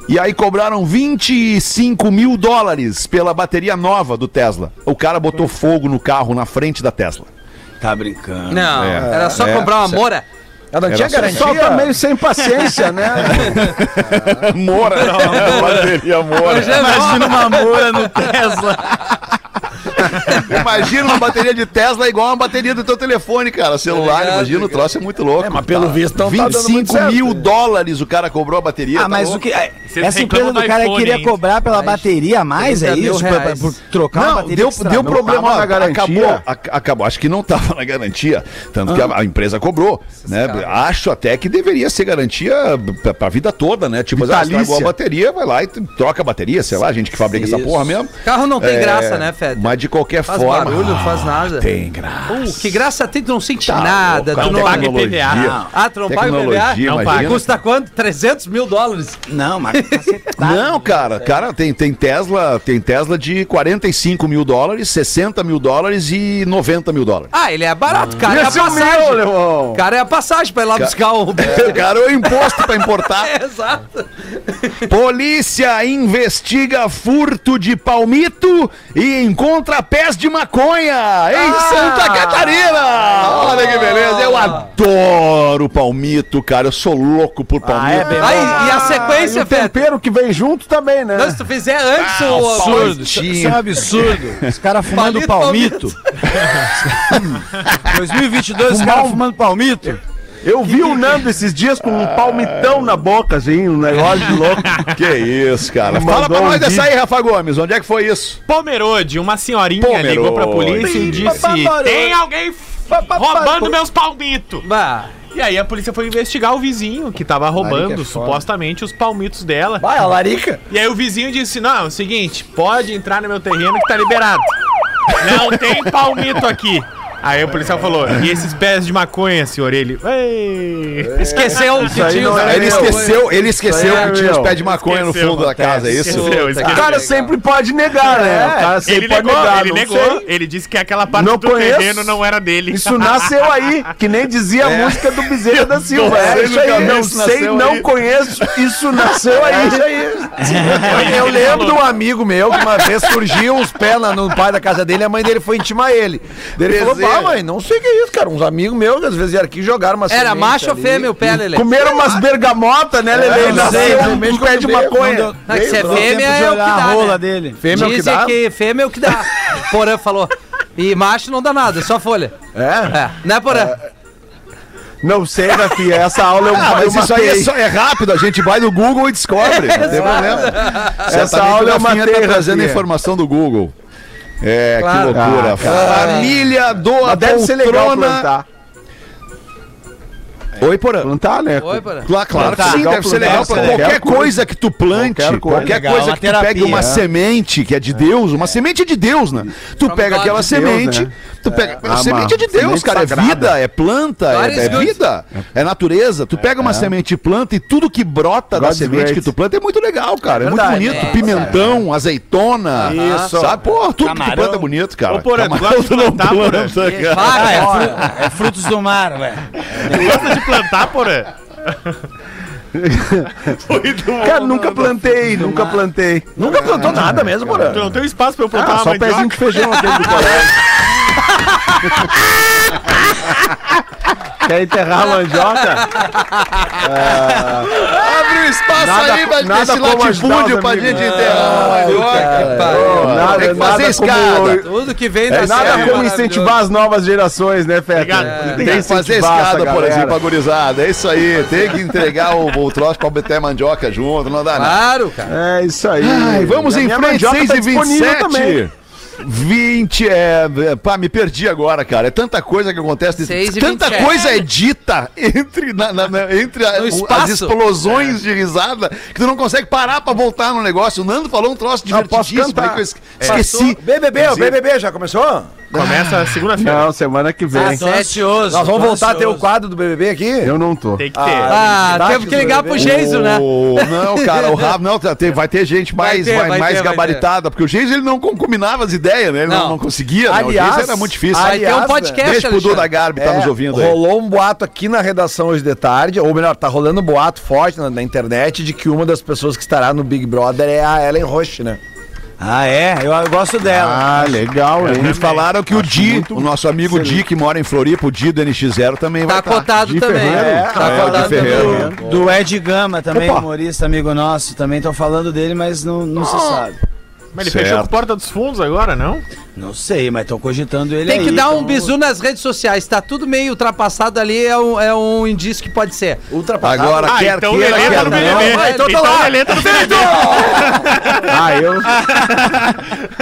Speaker 4: E aí cobraram 25 mil dólares pela bateria nova do Tesla. O cara botou fogo no carro na frente da Tesla.
Speaker 5: Tá brincando.
Speaker 7: Não,
Speaker 4: É.
Speaker 7: era só
Speaker 4: É,
Speaker 7: comprar uma
Speaker 4: certo.
Speaker 7: mora.
Speaker 9: Ela não tinha
Speaker 4: Era só-
Speaker 9: garantia.
Speaker 6: Só tá meio sem paciência, né?
Speaker 4: Moura, não, bateria Moura.
Speaker 7: é Imagina uma mora no
Speaker 4: Imagina uma bateria de Tesla igual uma bateria do teu telefone, cara. Celular,
Speaker 7: ligado,
Speaker 4: imagina, o
Speaker 7: cara.
Speaker 4: troço é muito louco. É, mas
Speaker 9: pelo visto não tá dando muito
Speaker 4: 25
Speaker 9: certo.
Speaker 4: mil dólares o cara cobrou a bateria.
Speaker 5: Ah,
Speaker 4: tá
Speaker 5: mas o
Speaker 4: louco?
Speaker 5: que. é,
Speaker 8: Vocês
Speaker 5: Essa
Speaker 8: reclamam
Speaker 5: empresa do
Speaker 8: do
Speaker 5: cara
Speaker 8: iPhone
Speaker 5: queria
Speaker 8: ainda.
Speaker 5: cobrar pela bateria a mais, é
Speaker 7: 30 mil
Speaker 5: isso? Pra- pra-
Speaker 7: reais.
Speaker 5: por trocar uma
Speaker 4: Não,
Speaker 5: bateria.
Speaker 4: deu,
Speaker 5: que estragou.
Speaker 4: deu problema.
Speaker 6: tava na garantia.
Speaker 4: acabou, a- acabou. Acho que não estava na garantia. Tanto que a, a empresa cobrou. Né? Acho até que deveria ser garantia pra, pra vida toda, né? Tipo, ah, estragou a
Speaker 6: Vitalícia.
Speaker 4: bateria, vai lá e t- troca a bateria, sei lá, a gente que fabrica essa porra mesmo.
Speaker 7: Carro não tem
Speaker 4: É,
Speaker 7: graça, né, Fede?
Speaker 4: Mas de qualquer
Speaker 7: Faz
Speaker 4: forma. ah,
Speaker 7: barulho, não faz nada.
Speaker 4: Tem graça.
Speaker 7: Uh, que graça tem, tu não sente nada.
Speaker 4: Tá Louco, a
Speaker 7: tu não
Speaker 8: paga
Speaker 4: tecnologia.
Speaker 8: IPVA.
Speaker 7: Ah, tu não paga o
Speaker 4: Tecnologia,
Speaker 7: PVA?
Speaker 4: imagina.
Speaker 7: Custa quanto? 300 mil dólares.
Speaker 5: Não, mas. tá cacetada.
Speaker 4: Não, cara, cara, tem, tem Tesla, tem Tesla de 45 mil dólares, 60 mil dólares e 90 mil dólares.
Speaker 7: Ah, ele é barato, cara. É a
Speaker 6: Esse é o
Speaker 7: passagem.
Speaker 6: meu, Leon.
Speaker 7: cara, é a passagem pra ir lá buscar o...
Speaker 4: Cara, o imposto pra importar.
Speaker 7: Exato.
Speaker 4: Polícia investiga furto de palmito e encontra pés de maconha em
Speaker 7: Ah!
Speaker 4: Santa Catarina. Olha que beleza, eu adoro palmito, cara, eu sou louco por
Speaker 7: Ah,
Speaker 4: palmito.
Speaker 7: Aí, e a sequência,
Speaker 6: E o
Speaker 7: Fede?
Speaker 6: tempero que vem junto também, né?
Speaker 7: Não, se tu fizer antes
Speaker 4: Ah,
Speaker 7: o...
Speaker 4: absurdo.
Speaker 5: Isso isso é um absurdo. Os caras fumando palmito.
Speaker 7: Palmito,
Speaker 5: 2022, os caras fumando palmito.
Speaker 6: Eu vi o Nando esses dias com um palmitão na boca, assim, um negócio de louco.
Speaker 4: Que isso, cara.
Speaker 6: Mandou
Speaker 4: Fala pra
Speaker 6: um
Speaker 4: nós
Speaker 6: vídeo.
Speaker 4: dessa aí, Rafa Gomes, onde é que foi isso?
Speaker 8: Pomerode, uma senhorinha
Speaker 4: Pomerode.
Speaker 8: ligou pra polícia e disse:
Speaker 6: Pomerode.
Speaker 8: Tem alguém f- roubando meus palmitos.
Speaker 7: Bah,
Speaker 8: E aí a polícia foi investigar o vizinho que tava roubando, supostamente, os palmitos dela.
Speaker 9: Vai, a larica.
Speaker 8: E aí o vizinho disse: Não, é o seguinte, pode entrar no meu terreno que tá liberado. Não tem palmito aqui. Aí o policial falou: E esses pés de maconha, senhor? Ele. "Ei."
Speaker 7: esqueceu que
Speaker 6: aí
Speaker 7: tinha...
Speaker 6: não
Speaker 7: os-
Speaker 6: é
Speaker 4: Ele
Speaker 6: meu.
Speaker 4: esqueceu, ele esqueceu
Speaker 6: Isso aí é
Speaker 4: que tinha os
Speaker 6: meu.
Speaker 4: pés de maconha no
Speaker 8: Esqueceu,
Speaker 4: fundo da casa, é isso?
Speaker 8: Esqueceu,
Speaker 7: Puta,
Speaker 6: O
Speaker 8: esqueceu.
Speaker 6: cara sempre pode negar, né? O cara sempre
Speaker 8: Ele
Speaker 6: pode
Speaker 8: negou,
Speaker 6: negar.
Speaker 8: ele
Speaker 6: não
Speaker 8: negou,
Speaker 6: sei.
Speaker 8: ele disse que aquela parte
Speaker 6: Não
Speaker 8: do
Speaker 6: conheço.
Speaker 8: terreno não era dele.
Speaker 6: Isso nasceu aí, que nem dizia
Speaker 9: É.
Speaker 6: a música do Bezerra da Silva. É isso aí, não
Speaker 4: Isso nasceu
Speaker 6: sei, não
Speaker 4: aí.
Speaker 6: conheço. Isso nasceu aí. Isso aí.
Speaker 9: Eu
Speaker 8: Ele
Speaker 9: lembro de
Speaker 8: falou.
Speaker 9: um amigo meu que uma vez surgiu os pés lá no pai da casa dele e a mãe dele foi intimar ele. Daí Ele falou:
Speaker 4: Desejo.
Speaker 9: "Bah, mãe, não sei o que é isso, cara. Uns amigos meus que às vezes vieram aqui e jogaram uma
Speaker 7: Era
Speaker 9: semente
Speaker 7: macho ou
Speaker 9: ali."
Speaker 7: fêmea o pé, Lele?
Speaker 6: Comeram umas bergamotas, né, Lele?
Speaker 9: É,
Speaker 6: Ele
Speaker 9: não sei,
Speaker 6: nasceu
Speaker 9: realmente
Speaker 6: um pé de
Speaker 9: quando veio,
Speaker 6: maconha.
Speaker 7: Não, que se é
Speaker 5: Deu tempo
Speaker 7: fêmea
Speaker 5: de
Speaker 7: é o que
Speaker 5: olhar a
Speaker 7: dá,
Speaker 5: rola
Speaker 7: né?
Speaker 5: dele.
Speaker 9: Fêmea é o que
Speaker 7: Dizem
Speaker 9: dá?
Speaker 7: que fêmea é o que dá. Porã falou. E macho não dá nada, é só folha.
Speaker 9: É?
Speaker 7: É, né, Porã?
Speaker 6: Não sei, Rafinha, essa aula eu,
Speaker 4: Ah,
Speaker 6: eu
Speaker 4: mas isso aí é,
Speaker 6: matei.
Speaker 4: só- é rápido, a gente vai no Google e descobre. Não tem problema.
Speaker 6: Essa
Speaker 4: Essa
Speaker 6: aula
Speaker 4: aula
Speaker 6: eu
Speaker 4: o Rafinha
Speaker 6: matei,
Speaker 4: tá trazendo a
Speaker 6: Rafinha.
Speaker 4: informação do Google. É,
Speaker 7: Claro.
Speaker 4: que loucura. Família doa
Speaker 6: Mas deve ser legal
Speaker 4: poltrona.
Speaker 6: plantar.
Speaker 4: Oi, Porã.
Speaker 6: Plantar, né?
Speaker 7: Oi, Porã.
Speaker 4: Lá, claro que
Speaker 6: Plantar.
Speaker 4: sim,
Speaker 6: Legal
Speaker 4: deve ser
Speaker 6: plantar,
Speaker 4: legal.
Speaker 6: plantar.
Speaker 4: Qualquer
Speaker 6: Qualquer
Speaker 4: coisa que tu plante,
Speaker 6: Qualquer
Speaker 4: qualquer
Speaker 6: coisa.
Speaker 4: coisa,
Speaker 7: Legal, uma
Speaker 4: que tu pegue
Speaker 7: terapia,
Speaker 4: uma
Speaker 7: é.
Speaker 4: semente que é de Deus, uma semente é de Deus, né? Tu
Speaker 7: From
Speaker 4: pega
Speaker 7: God.
Speaker 4: aquela
Speaker 7: De
Speaker 6: Deus,
Speaker 4: semente,
Speaker 6: né?
Speaker 4: tu pega.
Speaker 6: Ah,
Speaker 4: A semente é de
Speaker 6: uma
Speaker 4: Deus, cara. É
Speaker 6: semente
Speaker 4: vida, é planta,
Speaker 7: God
Speaker 4: é,
Speaker 7: is
Speaker 4: é
Speaker 7: good.
Speaker 4: vida, é natureza. Tu pega uma semente e planta e tudo que brota da
Speaker 6: God is
Speaker 4: semente
Speaker 6: é. great.
Speaker 4: que tu planta é muito legal, cara. É, muito
Speaker 6: verdade,
Speaker 4: bonito. Pimentão, azeitona.
Speaker 8: Isso.
Speaker 4: Sabe? Pô, tudo que tu planta é bonito, cara.
Speaker 8: Ô, Porã, tu
Speaker 4: Camarão
Speaker 8: gosta de
Speaker 4: tu não
Speaker 8: plantar, Porã?
Speaker 4: planta, cara.
Speaker 7: Para, é fru-
Speaker 5: É frutos do mar, velho.
Speaker 8: Gosta de plantar, porra?
Speaker 6: Cara, nunca plantei, nunca plantei.
Speaker 9: Nunca plantou nada mesmo, Porã.
Speaker 8: Tu não tem espaço pra eu plantar
Speaker 6: Ah,
Speaker 8: uma
Speaker 6: só um pezinho
Speaker 8: mandioca?
Speaker 6: de feijão aqui do colégio. Quer enterrar a mandioca?
Speaker 4: Abre um espaço
Speaker 6: Nada-
Speaker 4: aí, vai
Speaker 6: nada
Speaker 4: desse
Speaker 6: como ajudar
Speaker 4: latifúndio
Speaker 6: os
Speaker 4: pra
Speaker 6: amigos. É,
Speaker 4: gente enterrar.
Speaker 7: que pariu.
Speaker 6: nada,
Speaker 4: Tem que fazer
Speaker 6: nada como-
Speaker 4: escada.
Speaker 7: Tá Tudo que vem
Speaker 6: É
Speaker 7: da
Speaker 6: nada
Speaker 7: serra
Speaker 6: como
Speaker 7: maravilhoso.
Speaker 6: incentivar as novas gerações, né, Feta?
Speaker 8: Obrigado.
Speaker 4: Tem que fazer
Speaker 6: incentivar essa
Speaker 4: escada, por
Speaker 6: galera.
Speaker 4: exemplo, agorizada. É isso aí. Tem que entregar o, o troço pra meter a mandioca junto, não dá nada.
Speaker 7: Claro, cara.
Speaker 6: É isso aí.
Speaker 4: Ai, vamos
Speaker 6: A
Speaker 4: em
Speaker 6: minha
Speaker 4: frente,
Speaker 6: mandioca tá
Speaker 4: 6 e
Speaker 6: disponível
Speaker 4: 27. 20, é, é, pá, me perdi agora, cara. É tanta coisa que acontece. nesse-
Speaker 7: 6 e
Speaker 4: tanta
Speaker 7: 27.
Speaker 4: coisa é dita entre, na- na- na- entre a-
Speaker 7: No
Speaker 4: o- as
Speaker 7: espaço. É.
Speaker 4: explosões de risada que tu não consegue parar pra voltar no negócio. O Nando falou um troço
Speaker 9: Ah,
Speaker 6: Não, posso
Speaker 4: divertidíssimo.
Speaker 6: cantar. É.
Speaker 4: aí que eu esque-
Speaker 9: É.
Speaker 4: Esqueci.
Speaker 9: BBB, o BBB já começou? Tá
Speaker 8: Começa segunda-feira.
Speaker 6: Não, semana que vem. Tá
Speaker 7: Tô
Speaker 5: é
Speaker 7: ansioso.
Speaker 9: Nós vamos
Speaker 7: tô
Speaker 9: voltar a ter o
Speaker 7: ansioso.
Speaker 9: quadro do BBB aqui?
Speaker 6: Eu não tô.
Speaker 8: Tem que ter.
Speaker 7: Ah, teve que ligar pro Geiso, né?
Speaker 4: O- Não, cara, o Rafa, não, tá- tem- vai ter gente
Speaker 7: Vai
Speaker 4: mais,
Speaker 7: ter,
Speaker 4: vai-
Speaker 7: vai
Speaker 4: mais
Speaker 7: ter, vai
Speaker 4: gabaritada, porque o Geiso ele não combinava as ideias, né? Ele não,
Speaker 7: Não.
Speaker 4: não conseguia, né? o
Speaker 9: Aliás,
Speaker 4: Geiso era muito difícil.
Speaker 7: Vai ter um
Speaker 9: aliás,
Speaker 7: podcast,
Speaker 4: Beijo pro Duda
Speaker 7: Alexandre.
Speaker 4: Garbi, tá
Speaker 9: É,
Speaker 4: nos ouvindo aí.
Speaker 9: Rolou um boato aqui na redação hoje de tarde, ou melhor, tá rolando um boato forte na, na internet de que uma das pessoas que estará no Big Brother é a Ellen Roche, né?
Speaker 5: Ah, é? Eu, eu gosto dela.
Speaker 6: Ah, legal, hein?
Speaker 4: Me falaram que o Di, o nosso amigo Di, que mora em Floripa, o Di do NX0 também vai
Speaker 7: Tá
Speaker 4: estar.
Speaker 7: cotado
Speaker 6: De
Speaker 7: também.
Speaker 6: Ferreiro.
Speaker 7: É,
Speaker 4: É, o
Speaker 7: Tá
Speaker 4: de
Speaker 7: cotado
Speaker 4: Ferreiro.
Speaker 7: também.
Speaker 5: Do Ed Gama também,
Speaker 9: Opa.
Speaker 5: humorista amigo nosso, também estão falando dele, mas não, não
Speaker 7: Ah.
Speaker 5: se sabe.
Speaker 8: Mas ele
Speaker 4: Certo.
Speaker 8: fechou com a porta dos fundos agora, não?
Speaker 5: Não sei, mas estão cogitando ele
Speaker 7: Tem que
Speaker 5: aí,
Speaker 7: dar um
Speaker 5: então-
Speaker 7: bisu nas redes sociais. Tá tudo meio ultrapassado ali, é um, é um indício que pode ser.
Speaker 9: Ultrapassado.
Speaker 4: Agora, quer
Speaker 8: então o
Speaker 4: queira,
Speaker 8: Lelê
Speaker 4: quer
Speaker 8: tá no
Speaker 4: Ah, não.
Speaker 8: BBB.
Speaker 9: Ah, então tá lá.
Speaker 8: o Lelê tá no BBB.
Speaker 6: Ah, eu.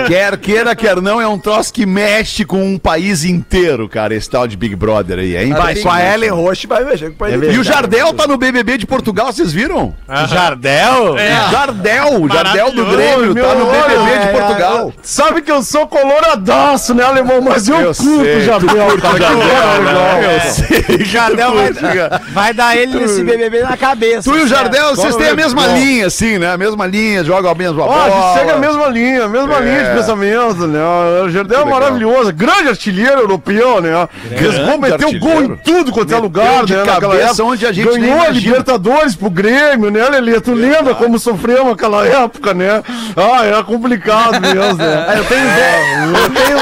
Speaker 4: Quer queira, quer não, é um troço que mexe com um país inteiro, cara, esse tal de Big Brother aí. É
Speaker 7: Tá
Speaker 9: Mas com a
Speaker 4: impressionante.
Speaker 9: Ellen Roche vai mexer com o
Speaker 6: É
Speaker 9: país.
Speaker 4: E o Jardel tá no BBB de Portugal, vocês viram?
Speaker 8: Jardel? É.
Speaker 4: Jardel, o Jardel do
Speaker 8: Maravilhoso,
Speaker 4: Grêmio, tá no BBB
Speaker 6: é,
Speaker 4: de Portugal.
Speaker 6: Sabe que eu sou coloradaço, né, alemão? Mas eu,
Speaker 4: Eu
Speaker 6: curto
Speaker 4: sei,
Speaker 6: o Tá Jardel, cara.
Speaker 4: Jardel,
Speaker 6: que cara
Speaker 4: né?
Speaker 6: legal.
Speaker 9: É.
Speaker 4: Eu sei. Jardel vai
Speaker 5: Vai dar ele nesse BBB na cabeça.
Speaker 4: Tu e o
Speaker 5: certo?
Speaker 4: Jardel, vocês
Speaker 6: Como
Speaker 4: têm a
Speaker 6: é
Speaker 4: mesma
Speaker 6: bom.
Speaker 4: linha, assim, né? A mesma linha, jogam a mesma
Speaker 6: Ó, a
Speaker 4: bola.
Speaker 6: gente segue a mesma linha, a mesma linha
Speaker 9: É.
Speaker 6: de pensamento, né? O Jardel é
Speaker 4: Muito legal.
Speaker 6: maravilhoso, grande artilheiro europeu, né? Lisboa meteu gol em
Speaker 4: artilheiro.
Speaker 6: tudo quanto é lugar,
Speaker 4: de
Speaker 6: né? naquela
Speaker 4: cabeça
Speaker 6: época.
Speaker 4: onde a gente nem
Speaker 6: Ganhou a
Speaker 4: imagina.
Speaker 6: Libertadores pro Grêmio, né, Lelê? Tu lembra como sofremos aquela época, né? Ah, era complicado mesmo, né?
Speaker 9: É, Eu tenho inveja. Eu tenho,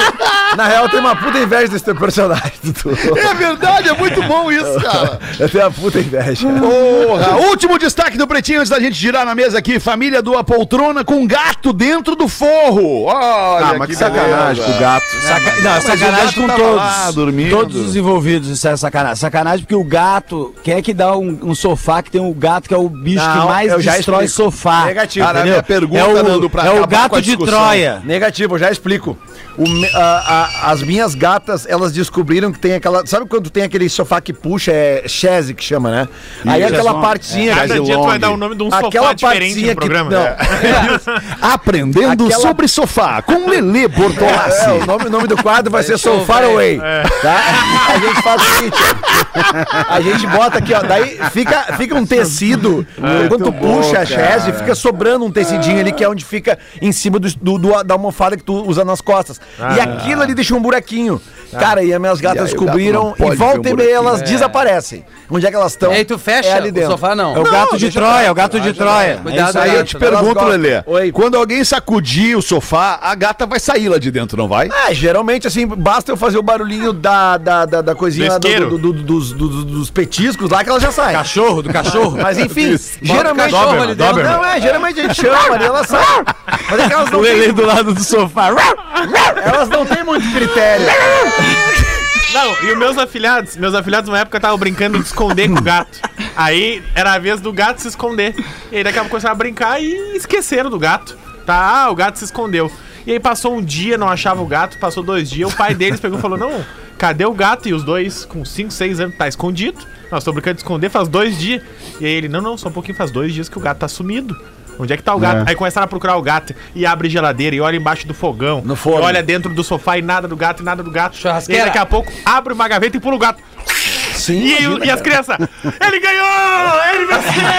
Speaker 9: na real, eu tenho uma puta inveja desse teu personagem, Dudu.
Speaker 4: É verdade, é muito bom isso, cara.
Speaker 9: Eu tenho uma puta inveja.
Speaker 4: Porra! Último destaque do Pretinho antes da gente girar na mesa aqui. Família do poltrona com gato dentro do forro. Olha,
Speaker 6: Ah, mas que sacanagem pro gato.
Speaker 5: Saca- Não, é
Speaker 4: mas o
Speaker 5: sacanagem
Speaker 4: gato
Speaker 5: com
Speaker 4: tava
Speaker 5: todos.
Speaker 4: lá, dormindo.
Speaker 5: Todos os envolvidos, isso é sacanagem. Sacanagem porque o gato quer que dá um, um sofá que tem um gato que é o bicho
Speaker 9: Não,
Speaker 5: que mais
Speaker 9: eu já
Speaker 5: destrói
Speaker 9: explico.
Speaker 5: sofá.
Speaker 9: Negativo.
Speaker 4: Cara, a minha pergunta,
Speaker 5: é o,
Speaker 4: Nando, pra
Speaker 5: é o
Speaker 4: acabar com a
Speaker 5: gato de
Speaker 4: discussão.
Speaker 5: Troia.
Speaker 9: Negativo, eu já explico. O me- a- a- as minhas gatas, elas descobriram que tem aquela. Sabe quando tem aquele sofá que puxa? É chaise que chama, né? Aí
Speaker 4: Isso,
Speaker 9: aquela
Speaker 4: é só-
Speaker 9: partezinha.
Speaker 4: é,
Speaker 8: Cada
Speaker 4: Jardel
Speaker 8: dia tu vai
Speaker 4: Long.
Speaker 8: dar o nome de um sofá
Speaker 9: aquela
Speaker 8: diferente
Speaker 9: partezinha
Speaker 8: no
Speaker 9: que.
Speaker 8: programa.
Speaker 9: não,
Speaker 8: É.
Speaker 4: Aprendendo
Speaker 9: Aquela-
Speaker 4: sobre sofá com Lelê Bortolassi.
Speaker 9: É, o, nome, o nome do quadro vai ser So Far Away.
Speaker 4: É.
Speaker 9: Tá? A gente faz o seguinte: ó. a gente bota aqui, ó. Daí fica, fica um tecido.
Speaker 4: Ah, é
Speaker 9: quando tu puxa a chaise, fica sobrando um tecidinho ali, que é onde fica em cima do, do- do- da almofada que tu usa nas costas. e
Speaker 4: Ah.
Speaker 9: aquilo ali deixa um buraquinho.
Speaker 4: Tá.
Speaker 9: Cara, e as minhas gatas
Speaker 4: aí o gato não
Speaker 9: descobriram
Speaker 4: pode
Speaker 9: e volta
Speaker 4: ver um
Speaker 9: e meia
Speaker 4: buraquinho.
Speaker 9: elas desaparecem. Onde é que elas estão?
Speaker 7: E aí tu fecha
Speaker 9: é ali
Speaker 7: o
Speaker 9: dentro.
Speaker 7: sofá, não.
Speaker 5: É o gato de
Speaker 9: deixa
Speaker 5: Troia, é o gato de Troia.
Speaker 7: Cuidado né?
Speaker 5: é isso
Speaker 7: aí,
Speaker 4: Aí
Speaker 5: aí.
Speaker 4: eu te pergunto,
Speaker 9: Elas gostam.
Speaker 4: Lelê.
Speaker 9: Oi.
Speaker 4: Quando alguém sacudir o sofá, a gata vai sair lá de dentro, não vai?
Speaker 9: Ah, geralmente, assim, basta eu fazer o barulhinho da, da, da, da coisinha
Speaker 8: Do
Speaker 9: lá do-
Speaker 8: isqueiro.
Speaker 9: do- do- dos, dos- dos petiscos lá que ela já sai.
Speaker 5: Cachorro, do cachorro.
Speaker 9: Mas enfim, geralmente.
Speaker 7: cachorro ali dentro.
Speaker 9: Não, é, geralmente a gente chama ali, elas sai. Mas é que elas não, têm,
Speaker 5: do lado do sofá.
Speaker 9: elas não têm muito critério.
Speaker 8: Não, e os meus afilhados, meus afilhados na época estavam brincando de esconder com o gato. Aí era a vez do gato se esconder. E aí daqui a pouco começaram a brincar e esqueceram do gato. Tá, ah, o gato se escondeu. E aí passou um dia, não achava o gato, passou dois dias, o pai deles pegou e falou: não, cadê o gato? E os dois, com 5, 6 anos, tá escondido. Nós estamos brincando de esconder, faz dois dias. E aí ele, não, não, só um pouquinho, faz dois dias que o gato tá sumido. Onde é que tá o gato? Aí começaram a procurar o gato e abre geladeira e olha embaixo do fogão.
Speaker 9: No forno.
Speaker 8: E olha dentro do sofá e nada do gato e nada do gato. E aí daqui a pouco abre uma gaveta e pula o gato.
Speaker 9: Sim.
Speaker 8: E, aí, e as crianças, ele ganhou! Ele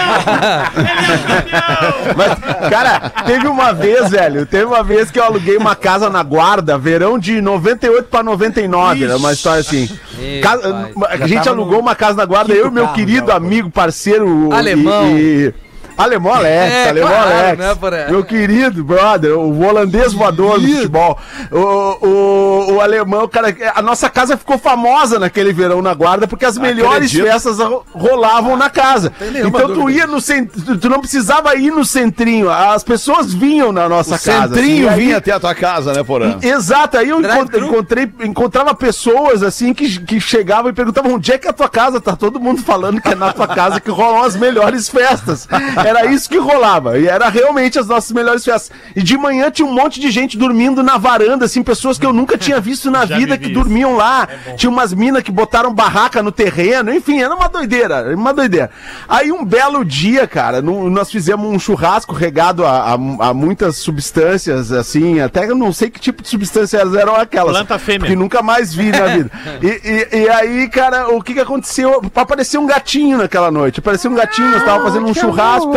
Speaker 8: venceu! ele é o campeão!
Speaker 6: Mas, cara, teve uma vez, velho, teve uma vez que eu aluguei uma casa na guarda, verão de 98 pra 99, era uma história assim.
Speaker 7: Ih,
Speaker 6: Ca-
Speaker 7: pai.
Speaker 6: a gente alugou uma casa na guarda, eu e meu querido amigo, parceiro.
Speaker 7: Alemão.
Speaker 6: E, e... Alemão Alex,
Speaker 7: É,
Speaker 6: alemão
Speaker 7: claro,
Speaker 6: Alex.
Speaker 7: né, Porã?
Speaker 6: Meu querido brother, o holandês voador do futebol. O, o, o alemão, cara, a nossa casa ficou famosa naquele verão na guarda porque as melhores festas ro- rolavam na casa. Então tu ia no cen- tu não precisava ir no centrinho, as pessoas vinham na nossa casa.
Speaker 4: Centrinho
Speaker 6: assim, e aí-
Speaker 4: vinha até a tua casa, né, Porã?
Speaker 6: Exato, aí eu encont-
Speaker 7: Drive-thru?
Speaker 6: encontrei, encontrava pessoas assim que, que chegavam e perguntavam onde é que é a tua casa? Tá todo mundo falando que é na tua casa que rolam as melhores festas. Era isso que rolava. E era realmente as nossas melhores festas. E de manhã tinha um monte de gente dormindo na varanda, assim, pessoas que eu nunca tinha visto na
Speaker 8: Já
Speaker 6: vida
Speaker 8: vivi
Speaker 6: que
Speaker 8: isso. É
Speaker 6: dormiam lá. Tinha umas minas que botaram barraca no terreno, enfim, era uma doideira, era uma doideira. Aí um belo dia, cara, no- nós fizemos um churrasco regado a, a- a muitas substâncias, assim, até eu não sei que tipo de substâncias eram aquelas.
Speaker 8: Planta fêmea.
Speaker 6: Que nunca mais vi na vida. E, e- e aí, cara, o que que aconteceu? Apareceu um gatinho naquela noite. Apareceu um gatinho, nós
Speaker 7: Ah,
Speaker 6: tava fazendo um churrasco e tal.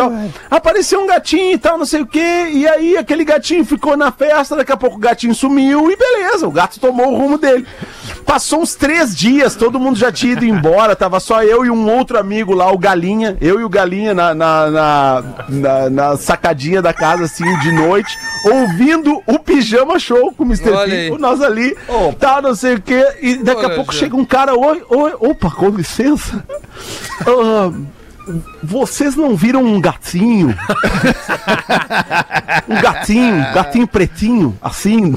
Speaker 6: Apareceu um gatinho e tal, não sei o quê. E aí, aquele gatinho ficou na festa, daqui a pouco o gatinho sumiu e beleza, o gato tomou o rumo dele. Passou uns três dias, todo mundo já tinha ido embora, tava só eu e um outro amigo lá, o Galinha. Eu e o Galinha na, na, na, na- na sacadinha da casa, assim, de noite, ouvindo o Pijama Show com o Mr.
Speaker 7: Olha
Speaker 6: P,
Speaker 7: aí.
Speaker 6: o nós ali, tá, não sei o quê, e daqui
Speaker 7: Olha,
Speaker 6: a pouco
Speaker 7: Jean.
Speaker 6: chega um cara, oi, oi, opa, com licença. Ah, vocês não viram um gatinho? um gatinho, um gatinho pretinho, assim.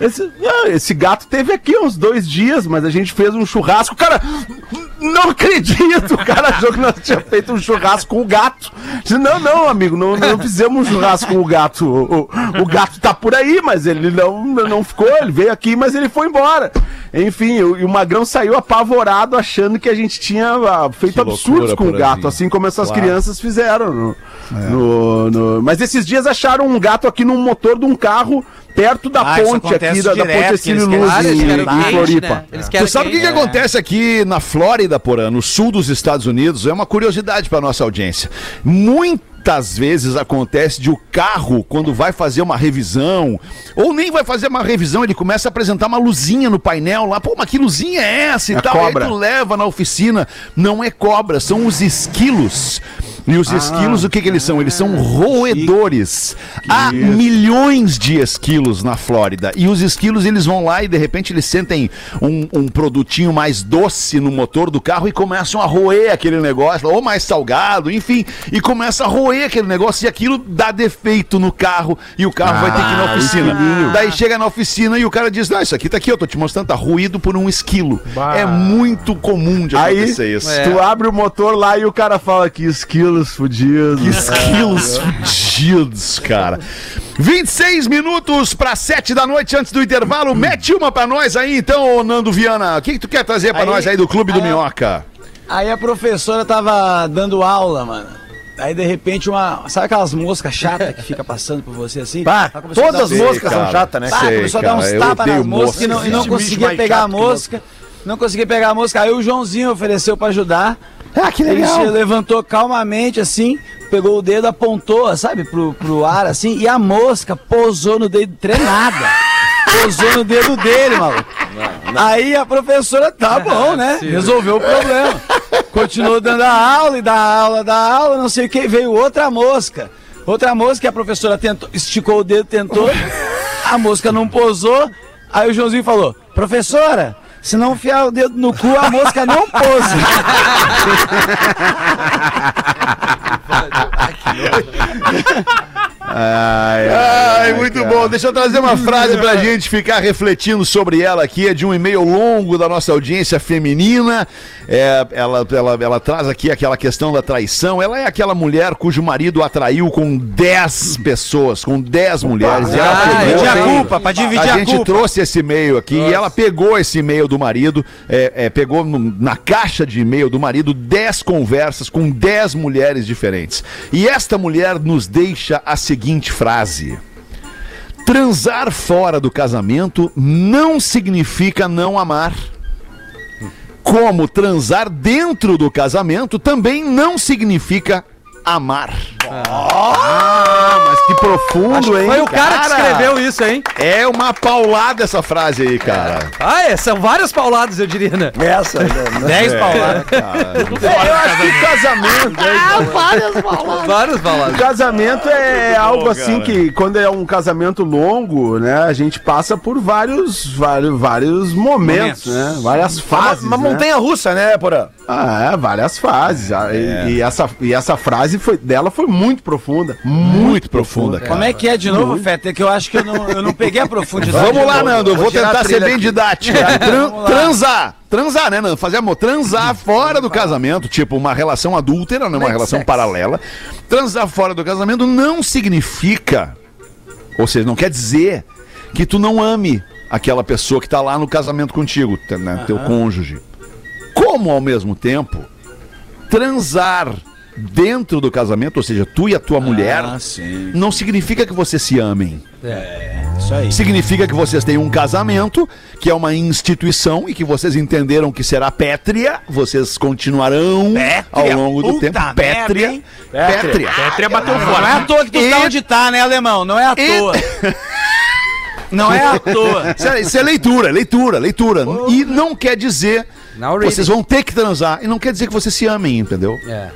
Speaker 6: Esse, ah, esse gato teve aqui uns dois dias, mas a gente fez um churrasco. Cara, não acredito! O cara achou que nós tínhamos feito um churrasco com o gato. Disse, não, não, amigo, não, não fizemos um churrasco com o gato. O, o- o gato tá por aí, mas ele não, não ficou, ele veio aqui, mas ele foi embora. Enfim, o- e o Magrão saiu apavorado achando que a gente tinha ah, feito
Speaker 4: Que
Speaker 6: absurdos
Speaker 4: loucura,
Speaker 6: com o gato,
Speaker 4: Porazinho.
Speaker 6: assim como essas crianças fizeram. no-
Speaker 4: É.
Speaker 6: no- no- Mas esses dias acharam um gato aqui num motor de um carro perto da
Speaker 10: Ah, isso
Speaker 6: ponte aqui,
Speaker 10: acontece
Speaker 6: da, da
Speaker 10: direto,
Speaker 6: ponte
Speaker 10: que
Speaker 6: Cecílio
Speaker 10: eles querem-
Speaker 6: Luz
Speaker 7: Ah, eles
Speaker 6: em,
Speaker 7: querem
Speaker 6: em
Speaker 7: quente,
Speaker 6: Floripa.
Speaker 7: né? Eles querem
Speaker 4: tu sabe o que, que
Speaker 7: quente.
Speaker 4: acontece aqui na Flórida, Porã, no sul dos Estados Unidos? É uma curiosidade para nossa audiência. Muitas vezes acontece de o carro, quando vai fazer uma revisão, ou nem vai fazer uma revisão, ele começa a apresentar uma luzinha no painel lá. Pô, mas que luzinha é essa e
Speaker 6: É
Speaker 4: tal?
Speaker 6: cobra.
Speaker 4: Aí tu leva na oficina. Não é cobra, são os esquilos. E os esquilos, o que, que eles são? Eles são roedores. Há milhões de esquilos na Flórida. E os esquilos, eles vão lá e de repente eles sentem um, um produtinho mais doce no motor do carro e começam a roer aquele negócio, ou mais salgado, enfim. E começa a roer aquele negócio e aquilo dá defeito no carro e o carro vai ter que ir na oficina. Daí chega na oficina e o cara diz: Não, isso aqui tá aqui, eu tô te mostrando, tá ruído por um esquilo.
Speaker 8: Bah.
Speaker 4: É muito comum de
Speaker 6: Aí,
Speaker 4: acontecer isso.
Speaker 7: É.
Speaker 6: tu abre o motor lá e o cara fala que esquilos fudidos.
Speaker 4: Esquilos fudidos, cara. 26 minutos para 7 da noite antes do intervalo. Mete uma pra nós aí, então, ô Nando Viana. O que, que tu quer trazer pra
Speaker 5: Aí-
Speaker 4: nós aí do Clube do
Speaker 5: aí-
Speaker 4: Minhoca?
Speaker 5: Aí a professora tava dando aula, mano. Aí de repente uma. Sabe aquelas moscas chatas que fica passando por você assim?
Speaker 9: Pá,
Speaker 5: Ela começou a
Speaker 9: todas as
Speaker 5: dar-
Speaker 9: moscas
Speaker 4: Sei,
Speaker 9: são
Speaker 4: cara.
Speaker 9: chatas, né?
Speaker 5: Pá,
Speaker 4: Sei,
Speaker 5: começou a dar uns
Speaker 4: cara, eu
Speaker 5: tapas
Speaker 4: odeio
Speaker 5: nas moscas e não,
Speaker 4: mosca.
Speaker 5: e não
Speaker 4: Existe
Speaker 5: conseguia
Speaker 8: bicho mais
Speaker 5: pegar a
Speaker 8: chato que
Speaker 5: mosca. Não conseguia pegar a mosca. Aí o Joãozinho ofereceu pra ajudar. Ah, que legal. Ele se levantou calmamente assim, pegou o dedo, apontou, sabe, pro, pro ar assim, e a mosca pousou no dedo treinada. Pousou no dedo dele, maluco. Aí a professora, tá bom, né? Resolveu o problema. Continuou dando a aula e da aula, da aula, não sei o que. Veio outra mosca. Outra mosca que a professora tentou, esticou o dedo, tentou. A mosca não pousou. Aí o Joãozinho falou: Professora, se não enfiar o dedo no cu, a mosca não pousa.
Speaker 9: Ai,
Speaker 4: Ai,
Speaker 7: é
Speaker 4: muito bom. Deixa eu trazer uma frase pra gente ficar refletindo sobre ela aqui. É de um e-mail longo da nossa audiência feminina. É, ela, ela, ela traz aqui aquela questão da traição. Ela é aquela mulher cujo marido a traiu com 10 pessoas, com 10 mulheres. E ela
Speaker 7: Ah,
Speaker 4: pegou-
Speaker 7: dividir a culpa, pra dividir
Speaker 4: a
Speaker 7: a,
Speaker 4: gente
Speaker 7: culpa.
Speaker 4: trouxe esse e-mail aqui e ela pegou esse e-mail do marido, é, é, pegou no- na caixa de e-mail do marido 10 conversas com 10 mulheres diferentes. E esta mulher nos deixa a seguinte frase: Transar fora do casamento não significa não amar. Como transar dentro do casamento também não significa amar. Ah, mas que profundo, hein?
Speaker 7: Foi o cara que escreveu isso, hein?
Speaker 4: É uma paulada essa frase aí, cara.
Speaker 7: Ah, é, são várias pauladas, eu diria, né?
Speaker 6: Essa, né?
Speaker 7: 10
Speaker 4: É,
Speaker 7: pauladas.
Speaker 4: eu acho que casamento.
Speaker 7: Várias pauladas.
Speaker 9: Casamento é algo assim que, quando é um casamento longo, né? A gente passa por vários, vários, vários momentos, né? Várias fases.
Speaker 6: Uma, uma
Speaker 9: né?
Speaker 6: montanha russa, né, Porã?
Speaker 9: Ah, é, várias fases. Ah, e-
Speaker 6: É.
Speaker 9: E, essa, e essa frase foi, dela foi muito profunda. Muito,
Speaker 4: Muito profunda, cara.
Speaker 5: Como é que é de novo, Feta? É que eu acho que eu não, eu não peguei a profundidade.
Speaker 4: Vamos lá,
Speaker 5: Não.
Speaker 4: Nando. Eu
Speaker 6: Vou
Speaker 4: vou
Speaker 6: tirar a
Speaker 4: tentar ser
Speaker 6: trilha
Speaker 4: bem
Speaker 6: aqui.
Speaker 4: didático. Tran- transar. Transar, né, Nando? Fazer amor. Transar fora do casamento. Tipo, uma relação adúltera, né? Uma relação paralela. Transar fora do casamento não significa. Ou seja, não quer dizer que tu não ame aquela pessoa que tá lá no casamento contigo, tá, né? Teu cônjuge. Como ao mesmo tempo transar dentro do casamento, ou seja, tu e a tua mulher,
Speaker 5: Ah, sim.
Speaker 4: não significa que vocês se amem.
Speaker 5: Isso aí.
Speaker 4: Significa que vocês têm um casamento, que é uma instituição e que vocês entenderam que será pétrea, vocês continuarão ao longo do
Speaker 7: Puta
Speaker 4: tempo.
Speaker 7: merda,
Speaker 4: pétrea.
Speaker 7: hein?
Speaker 4: Pétrea.
Speaker 8: Petria bateu
Speaker 5: Não é
Speaker 8: fora.
Speaker 5: à toa que tu tá onde tá, né, alemão? Não é à toa. Não é à toa.
Speaker 4: Isso é, isso é leitura, leitura, leitura. E não quer dizer.
Speaker 7: Now reading.
Speaker 4: Vocês vão ter que transar. E não quer dizer que vocês se amem, entendeu?
Speaker 7: É.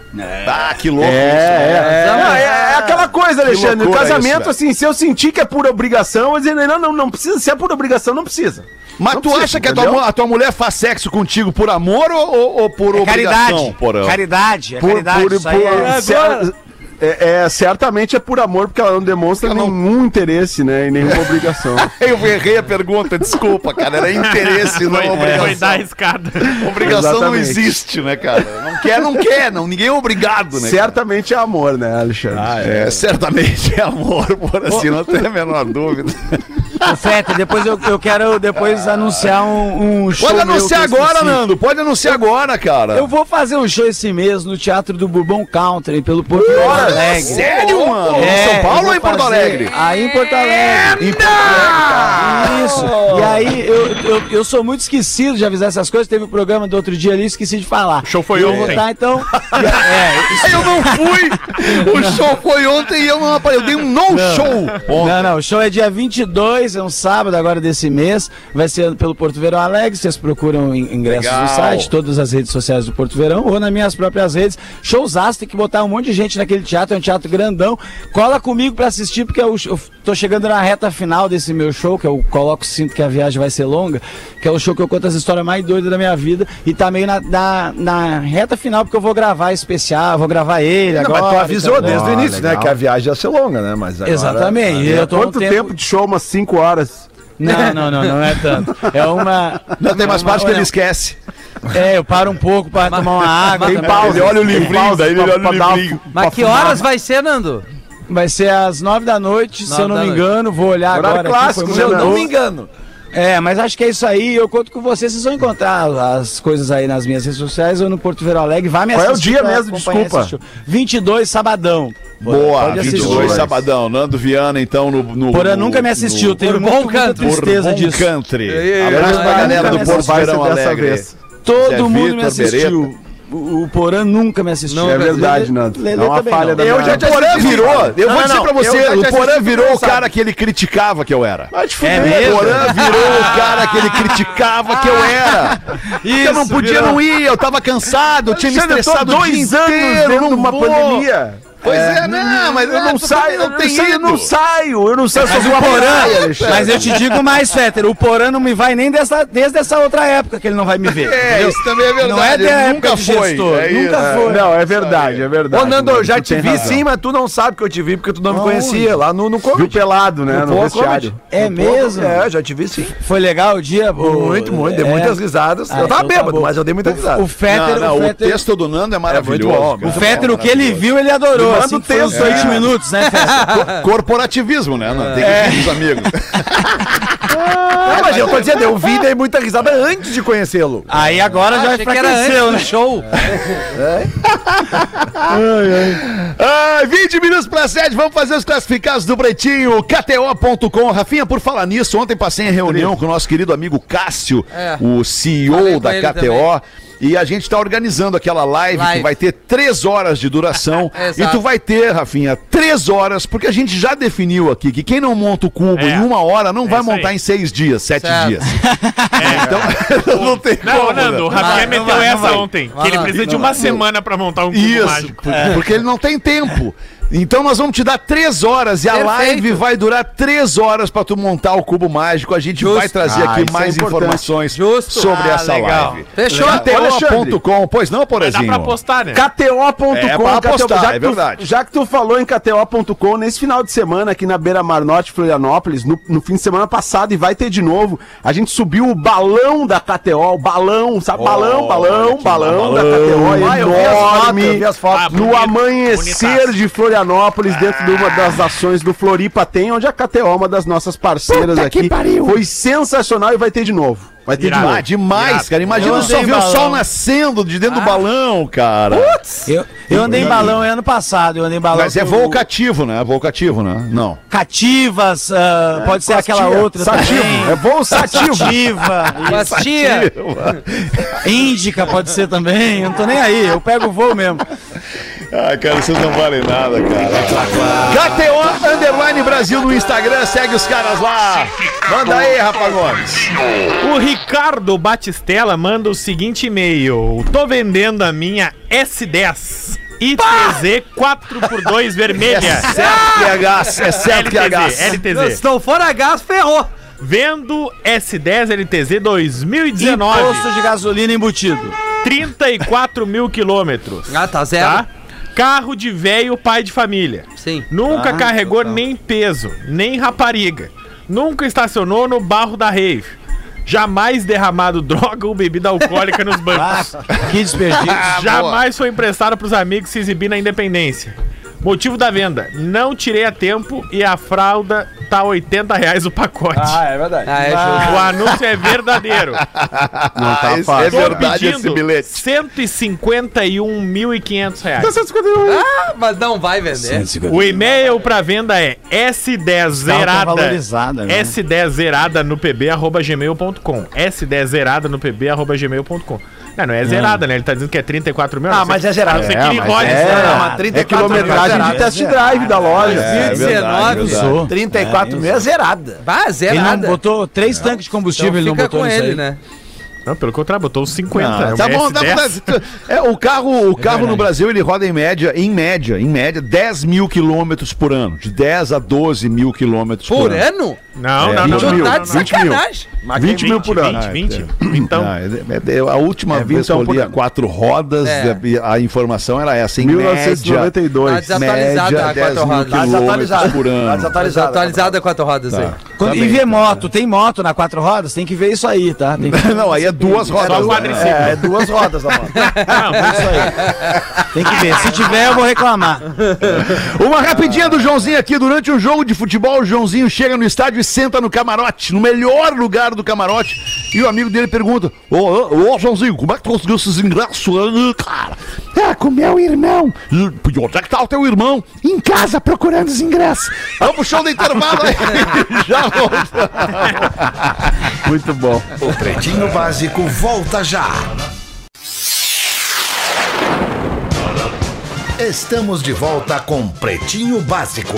Speaker 4: Ah, que louco
Speaker 9: É, é.
Speaker 7: Não,
Speaker 9: Não, é, é aquela coisa, Alexandre. O
Speaker 4: loucura
Speaker 9: casamento,
Speaker 4: isso, velho.
Speaker 9: assim, se eu sentir que é por obrigação, eu dizer, não, não, não precisa. Se é por obrigação, não precisa.
Speaker 4: Mas
Speaker 9: Não
Speaker 4: tu
Speaker 9: precisa,
Speaker 4: acha que a tua,
Speaker 9: entendeu?
Speaker 4: mu- a tua mulher faz sexo contigo por amor ou, ou- ou por obrigação?
Speaker 5: Caridade.
Speaker 4: Porão?
Speaker 5: Caridade. É
Speaker 9: Por,
Speaker 5: caridade.
Speaker 9: por,
Speaker 5: isso aí
Speaker 9: por-
Speaker 5: é-
Speaker 9: cer- é- é, certamente é por amor, porque ela não demonstra
Speaker 4: Ela não- é
Speaker 9: nenhum interesse, né? E nenhuma obrigação.
Speaker 4: Eu errei a pergunta, desculpa, cara. Era interesse, não é
Speaker 8: Foi, foi
Speaker 4: obrigação.
Speaker 8: dar a escada.
Speaker 4: Obrigação não
Speaker 9: Exatamente.
Speaker 4: existe, né, cara? Não quer, não quer, não. Ninguém é obrigado, né?
Speaker 9: certamente é amor, né, Alexandre?
Speaker 4: cara? É, certamente é amor, por assim, não tem a menor dúvida.
Speaker 5: Ô, Feta, depois eu, eu quero depois anunciar um, um show.
Speaker 4: Pode
Speaker 5: meu
Speaker 4: anunciar
Speaker 5: que eu
Speaker 4: agora,
Speaker 5: esqueci.
Speaker 4: Nando, pode anunciar agora, cara.
Speaker 5: Eu vou fazer um show esse mês no Teatro do Bourbon Country, pelo Porto Alegre.
Speaker 4: Sério, mano? em São
Speaker 5: É, eu
Speaker 4: Paulo
Speaker 5: vou
Speaker 4: ou em Porto
Speaker 5: fazer
Speaker 4: Alegre? É,
Speaker 5: Aí em Porto Alegre. Em Porto
Speaker 4: Ah!
Speaker 5: Alegre. Isso. E aí, eu, eu, eu sou muito esquecido de avisar essas coisas. Teve um programa do outro dia ali, esqueci de falar. O
Speaker 8: show foi
Speaker 5: eu
Speaker 8: ontem.
Speaker 5: Vou tá, então. É, isso-
Speaker 4: Eu não fui! O show foi ontem e eu não apareci. Eu dei um no-show ontem.
Speaker 5: Não, não, o show é dia 22, é um sábado agora desse mês. Vai ser pelo Porto Verão Alegre. Vocês procuram in- ingressos
Speaker 4: Legal.
Speaker 5: no site, todas as redes sociais do Porto Verão ou nas minhas próprias redes. Showzaço, tem que botar um monte de gente naquele teatro, é um teatro grandão. Cola comigo pra assistir, porque eu, eu tô chegando na reta final desse meu show, que eu coloco sinto que a viagem vai ser longa, que é o show que eu conto as histórias mais doidas da minha vida. E tá meio na, na, na reta final, porque eu vou gravar especial, vou gravar ele
Speaker 6: Não,
Speaker 5: agora.
Speaker 6: mas tu avisou
Speaker 5: então, né?
Speaker 6: desde o início, né?
Speaker 9: legal.
Speaker 6: Que a viagem ia ser longa, né? Mas agora-
Speaker 5: Exatamente. e eu tô há um
Speaker 9: É Quanto tempo... de show? Umas 5 horas.
Speaker 5: Não, não, não, não é tanto. É uma.
Speaker 4: Não, tem mais
Speaker 5: uma-
Speaker 4: parte que ele
Speaker 5: olha,
Speaker 4: esquece.
Speaker 5: É, eu paro um pouco pra tomar uma água.
Speaker 7: Tem
Speaker 5: também.
Speaker 7: pausa.
Speaker 4: É, olha o livrinho, daí ele olha o livrinho.
Speaker 7: Mas que horas vai ser, Nando?
Speaker 5: Vai ser às nove da noite, se
Speaker 7: Nove
Speaker 5: eu não
Speaker 7: da
Speaker 5: me
Speaker 7: noite.
Speaker 5: engano. Vou olhar
Speaker 9: Horário
Speaker 5: agora.
Speaker 9: clássico,
Speaker 5: foi
Speaker 9: né,
Speaker 5: muito
Speaker 9: Nando?
Speaker 5: bom.
Speaker 9: Não me
Speaker 6: engano.
Speaker 5: É, mas acho que é isso aí. Eu conto com vocês. Vocês vão encontrar as coisas aí nas minhas redes sociais ou no Porto Verão Alegre. Vai me
Speaker 9: Qual é o
Speaker 5: assistir
Speaker 9: dia
Speaker 5: pra
Speaker 9: mesmo?
Speaker 5: acompanhar
Speaker 9: Desculpa.
Speaker 5: esse show. 22, sabadão.
Speaker 4: Boa,
Speaker 5: Pode assistir.
Speaker 4: 22, sabadão. Nando Viana, então, no. no
Speaker 5: Porã
Speaker 4: no-
Speaker 5: nunca me assistiu.
Speaker 4: no-
Speaker 5: Tenho
Speaker 7: Bourbon
Speaker 5: muito, muita
Speaker 7: Country.
Speaker 5: tristeza
Speaker 4: Bourbon
Speaker 5: disso.
Speaker 4: Country.
Speaker 7: ei,
Speaker 4: Abraço pra
Speaker 5: ei,
Speaker 4: galera
Speaker 5: ei,
Speaker 4: do
Speaker 5: ei,
Speaker 4: Porto
Speaker 9: vai ser
Speaker 4: Verão
Speaker 9: dessa
Speaker 4: Alegre.
Speaker 9: vez.
Speaker 5: Todo
Speaker 4: Zé
Speaker 5: mundo me
Speaker 4: Vitor,
Speaker 5: assistiu.
Speaker 4: Beretta.
Speaker 5: O, o Porã nunca me assistiu.
Speaker 7: Nunca. É
Speaker 9: verdade, Nando.
Speaker 5: Lelê
Speaker 9: É uma
Speaker 5: também
Speaker 9: falha
Speaker 5: não.
Speaker 9: da minha-
Speaker 5: Eu já
Speaker 4: O Porã virou, eu
Speaker 6: Não,
Speaker 4: vou
Speaker 6: não,
Speaker 4: dizer pra
Speaker 6: não, eu
Speaker 4: você,
Speaker 6: já te
Speaker 4: o Porã
Speaker 6: assisti,
Speaker 4: virou
Speaker 6: tu
Speaker 4: o
Speaker 6: sabe.
Speaker 4: cara que ele criticava que eu era.
Speaker 6: É
Speaker 4: O
Speaker 9: né?
Speaker 6: mesmo?
Speaker 4: Porã virou o cara Ah! que ele criticava que eu era. Porque eu não podia não ir, eu tava cansado, eu tinha me
Speaker 9: Alexandre, eu tô há
Speaker 4: estressado o dia
Speaker 9: dois anos
Speaker 4: inteiro,
Speaker 9: dentro de
Speaker 4: não
Speaker 9: uma
Speaker 4: vou.
Speaker 9: pandemia.
Speaker 4: Pois é, não, mas
Speaker 9: Eu não saio, eu não
Speaker 4: tenho
Speaker 9: saio, eu não saio, eu não saio, só sou
Speaker 5: Porã, mas eu te digo mais, Fetter, o Porã não me vai nem dessa, desde essa outra época que ele não vai me ver.
Speaker 4: É, isso também é verdade.
Speaker 5: Não é da
Speaker 4: ele
Speaker 5: época
Speaker 4: nunca
Speaker 5: de
Speaker 4: foi.
Speaker 5: gestor,
Speaker 4: é
Speaker 5: nunca
Speaker 4: isso.
Speaker 5: foi.
Speaker 9: Não, é verdade, é verdade.
Speaker 6: Ô, Nando, eu já
Speaker 9: Tu
Speaker 6: te
Speaker 9: tem
Speaker 6: vi
Speaker 9: razão.
Speaker 6: sim, mas tu não sabe que eu te vi porque tu não me conhecia lá no, no
Speaker 9: Viu
Speaker 6: comedy.
Speaker 9: pelado, né, no
Speaker 6: Pô,
Speaker 9: vestiário.
Speaker 6: comedy.
Speaker 5: É
Speaker 6: No
Speaker 5: mesmo?
Speaker 6: Pô, É, já te vi sim.
Speaker 5: Foi legal o dia? pô?
Speaker 6: Muito, muito. Dei
Speaker 5: É.
Speaker 6: muitas risadas.
Speaker 5: Ah,
Speaker 6: eu tava
Speaker 5: então tá
Speaker 6: bêbado,
Speaker 5: bom.
Speaker 6: mas eu dei muita risada. É,
Speaker 5: O Fetter,
Speaker 4: Não,
Speaker 5: o
Speaker 4: não, o
Speaker 5: Fetter,
Speaker 4: texto do Nando é maravilhoso.
Speaker 6: bom,
Speaker 4: cara.
Speaker 5: o, Fetter, o que ele viu, ele adorou.
Speaker 6: manda
Speaker 5: Assim,
Speaker 6: o
Speaker 5: que foi uns
Speaker 6: texto aí,
Speaker 5: 20
Speaker 6: né?
Speaker 5: minutos, né, Fetter?
Speaker 4: Co- Corporativismo, né? Nando? Tem que vir com os amigos.
Speaker 6: Ah, mas eu Ah. tô dizendo, eu vi e dei muita risada antes de conhecê-lo.
Speaker 5: Aí agora já
Speaker 7: Achei que era antes
Speaker 5: enfraqueceu,
Speaker 7: do
Speaker 5: né?
Speaker 7: show.
Speaker 4: Ai, 20 minutos para 7, vamos fazer os classificados do Pretinho, KTO.com. Rafinha, por falar nisso, ontem passei em reunião com o nosso querido amigo Cássio,
Speaker 7: É.
Speaker 4: o
Speaker 7: Falei
Speaker 4: CEO
Speaker 7: com
Speaker 4: da
Speaker 7: ele
Speaker 4: KTO. E a gente está organizando aquela live,
Speaker 7: Live.
Speaker 4: que vai ter três horas de duração. e
Speaker 7: Exato.
Speaker 4: tu vai ter, Rafinha, três horas, porque a gente já definiu aqui que quem não monta o cubo
Speaker 8: É.
Speaker 4: em uma hora não vai
Speaker 8: isso aí.
Speaker 4: montar em seis dias, sete
Speaker 7: Certo. É.
Speaker 4: dias. Então, não tem
Speaker 8: Não,
Speaker 4: como. né?
Speaker 8: Nando, o Rafinha
Speaker 7: vai,
Speaker 8: meteu
Speaker 7: não vai,
Speaker 8: essa
Speaker 7: não vai.
Speaker 8: ontem.
Speaker 7: Vai
Speaker 8: que ele
Speaker 7: lá.
Speaker 8: precisa de uma semana pra montar um cubo
Speaker 4: Isso,
Speaker 8: mágico.
Speaker 4: por- porque ele não tem tempo. Então nós vamos te dar três horas e a
Speaker 7: Perfeito.
Speaker 4: live vai durar três horas pra tu montar o cubo mágico. A gente vai trazer
Speaker 9: Ah,
Speaker 4: aqui
Speaker 9: isso é
Speaker 4: mais
Speaker 9: importante.
Speaker 4: informações
Speaker 7: Justo.
Speaker 4: sobre
Speaker 8: Ah,
Speaker 4: essa
Speaker 8: legal.
Speaker 4: live.
Speaker 7: Fechou.
Speaker 4: KTO.com, pois não,
Speaker 8: Mas dá
Speaker 4: Porazinho?
Speaker 8: pra apostar, né?
Speaker 9: KTO.com,
Speaker 4: É pra apostar,
Speaker 9: já que tu-
Speaker 4: é verdade.
Speaker 9: já que tu falou em KTO.com, nesse final de semana aqui na Beira Mar Norte, Florianópolis, no, no fim de semana passado e vai ter de novo, a gente subiu o balão da KTO, o balão, sabe? Balão, balão, balão, da KTO,
Speaker 6: Ah, eu vi as fotos,
Speaker 9: é enorme.
Speaker 6: eu vi as fotos.
Speaker 8: Ah,
Speaker 9: no
Speaker 8: bonito,
Speaker 9: amanhecer
Speaker 8: bonitaço.
Speaker 9: de Florianópolis, dentro de uma das
Speaker 6: Ah.
Speaker 9: ações do Floripa Tem, onde a KTO é uma das nossas parceiras aqui. Foi sensacional e vai ter de novo. Vai ter
Speaker 8: Irado.
Speaker 9: de
Speaker 4: Ah,
Speaker 9: novo.
Speaker 4: demais, cara. Imagina
Speaker 5: Eu
Speaker 4: só
Speaker 5: andei
Speaker 4: ver
Speaker 5: em
Speaker 4: o
Speaker 5: balão.
Speaker 4: sol nascendo de
Speaker 7: Ah.
Speaker 4: dentro do balão, cara.
Speaker 5: Eu, eu andei em balão é ano passado, eu andei em balão.
Speaker 4: Mas é
Speaker 5: com
Speaker 4: voo cativo, né? Voo cativo, né? Não.
Speaker 5: Cativas,
Speaker 6: É,
Speaker 5: ah, pode ser aquela outra
Speaker 9: Sativo.
Speaker 5: também.
Speaker 9: É bom sativo.
Speaker 5: Sativa,
Speaker 7: Mas
Speaker 5: É.
Speaker 7: tia,
Speaker 5: Índica pode ser também, eu não tô nem aí, eu pego o voo mesmo.
Speaker 4: Ah, cara, vocês não valem nada, cara. KTO Underline Brasil no Instagram, segue os caras lá. Manda aí, Rafa Gomes.
Speaker 8: O Ricardo Batistella manda o seguinte e-mail: Tô vendendo a minha S10 ITZ 4x2 vermelha.
Speaker 6: Ah.
Speaker 4: CFPH, é
Speaker 8: LTZ,
Speaker 4: CFPH.
Speaker 8: LTZ.
Speaker 7: se não for a gás, ferrou.
Speaker 8: Vendo S10 LTZ 2019,
Speaker 5: Imposto de gasolina embutido.
Speaker 8: 34 mil quilômetros.
Speaker 7: Ah, tá zero.
Speaker 8: Tá? Carro de velho pai de família.
Speaker 7: Sim.
Speaker 8: Nunca carregou nem peso, nem rapariga. Nunca estacionou no barro da rave. Jamais derramado droga ou bebida alcoólica nos
Speaker 5: Ah,
Speaker 8: bancos.
Speaker 5: que desperdício. Ah,
Speaker 8: Jamais foi emprestado pros amigos se exibir na independência. Motivo da venda: não tirei a tempo e a fralda tá R$ 80 reais o pacote.
Speaker 6: é verdade.
Speaker 7: Ah, é justo.
Speaker 8: O anúncio é verdadeiro.
Speaker 4: Não tá fácil. É verdade esse bilhete.
Speaker 8: 151.500 reais.
Speaker 7: Ah, mas não vai vender.
Speaker 8: O e-mail para venda é S10 zerada.
Speaker 5: valorizada, né?
Speaker 8: S10 zerada no pb@gmail.com. S10 zerada no pb@gmail.com. Não, não é zerada, né? Ele tá dizendo que é 34 mil.
Speaker 6: Ah, mas é zerada.
Speaker 8: Você que ele
Speaker 9: mas
Speaker 8: rode,
Speaker 9: é.
Speaker 8: zerada.
Speaker 6: mas
Speaker 9: É
Speaker 6: 34
Speaker 9: quilometragem
Speaker 6: mil
Speaker 9: de
Speaker 6: é
Speaker 9: test
Speaker 6: zerada.
Speaker 9: drive da
Speaker 4: É,
Speaker 9: loja.
Speaker 7: 2019.
Speaker 5: Usou.
Speaker 6: 34 mil é zerada.
Speaker 7: Bah,
Speaker 5: Ele não
Speaker 7: zerada.
Speaker 5: botou três tanques de
Speaker 7: Então
Speaker 5: combustível, ele não
Speaker 7: fica
Speaker 5: botou
Speaker 7: com
Speaker 5: nisso
Speaker 7: ele,
Speaker 5: aí.
Speaker 7: né?
Speaker 8: Não, pelo contrário, botou os 50.
Speaker 4: Ah,
Speaker 8: é
Speaker 4: tá
Speaker 8: um
Speaker 4: bom, tá bom.
Speaker 8: S10.
Speaker 4: tá- É, o carro, o carro no Brasil ele roda em média, em média, em média, 10 mil quilômetros por ano. De 10 a 12 mil quilômetros por,
Speaker 7: Por
Speaker 4: ano.
Speaker 7: ano?
Speaker 8: Não,
Speaker 4: É,
Speaker 8: não, não,
Speaker 7: Tu
Speaker 8: não,
Speaker 4: mil,
Speaker 7: tá
Speaker 8: não,
Speaker 7: de
Speaker 8: não, não.
Speaker 4: 20 mil.
Speaker 7: sacanagem. Tá
Speaker 8: 20 mil por ano. 20,
Speaker 4: 20,
Speaker 8: 20. Então,
Speaker 4: Ah, é- é- é- a última
Speaker 6: É,
Speaker 4: vez que eu
Speaker 6: 20 por
Speaker 4: li a
Speaker 6: ano.
Speaker 4: quatro rodas,
Speaker 7: É.
Speaker 4: e a, a informação era essa. Em
Speaker 9: 1992.
Speaker 4: 1992.
Speaker 7: Tá desatualizada a quatro rodas. Tá
Speaker 4: quilômetros por
Speaker 6: Tá
Speaker 4: ano.
Speaker 6: desatualizada.
Speaker 7: Atualizada quatro rodas aí.
Speaker 4: Tá
Speaker 5: Quando, e ver moto, tem moto na quatro rodas? Tem que ver isso aí, tá? Tem que,
Speaker 4: Não, aí é duas rodas.
Speaker 8: só
Speaker 4: né?
Speaker 8: quadriciclo.
Speaker 6: É, é duas rodas a moto.
Speaker 8: Não, mas isso aí.
Speaker 5: tem que ver. Se tiver, eu vou reclamar.
Speaker 4: Uma rapidinha do Joãozinho aqui. Durante um jogo de futebol, o Joãozinho chega no estádio e senta no camarote, no melhor lugar do camarote. E o amigo dele pergunta: Ô, ô, ô, Joãozinho, como é que tu conseguiu esses ingressos? Ah, Cara, é com meu irmão. E onde é que tá o teu irmão? Em casa, procurando os ingressos. Vamos pro show do intervalo aí. Já volta.
Speaker 9: Muito bom.
Speaker 11: O Pretinho Básico volta já. Estamos de volta com Pretinho Básico.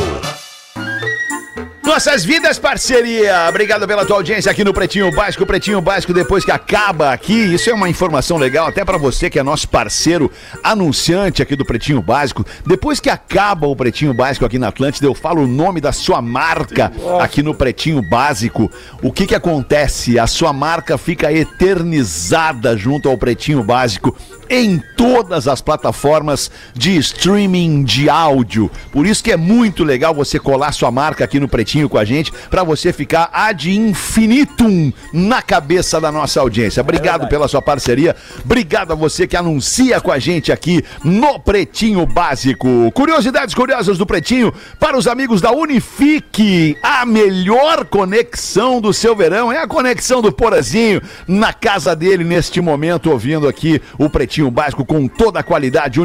Speaker 4: nossas vidas, parceria. Obrigado pela tua audiência aqui no Pretinho Básico. Pretinho Básico, depois que acaba aqui, isso é uma informação legal até pra você que é nosso parceiro anunciante aqui do Pretinho Básico. Depois que acaba o Pretinho Básico aqui na Atlântida, eu falo o nome da sua marca aqui no Pretinho Básico. O que que acontece? A sua marca fica eternizada junto ao Pretinho Básico em todas as plataformas de streaming de áudio. Por isso que é muito legal você colar sua marca aqui no Pretinho com a gente, para você ficar ad infinitum na cabeça da nossa audiência. Obrigado pela sua parceria. Obrigado a você que anuncia com a gente aqui no Pretinho Básico. Curiosidades curiosas do Pretinho para os amigos da Unifique. A melhor conexão do seu verão é a conexão do Porazinho na casa dele neste momento, ouvindo aqui o Pretinho Básico com toda a qualidade.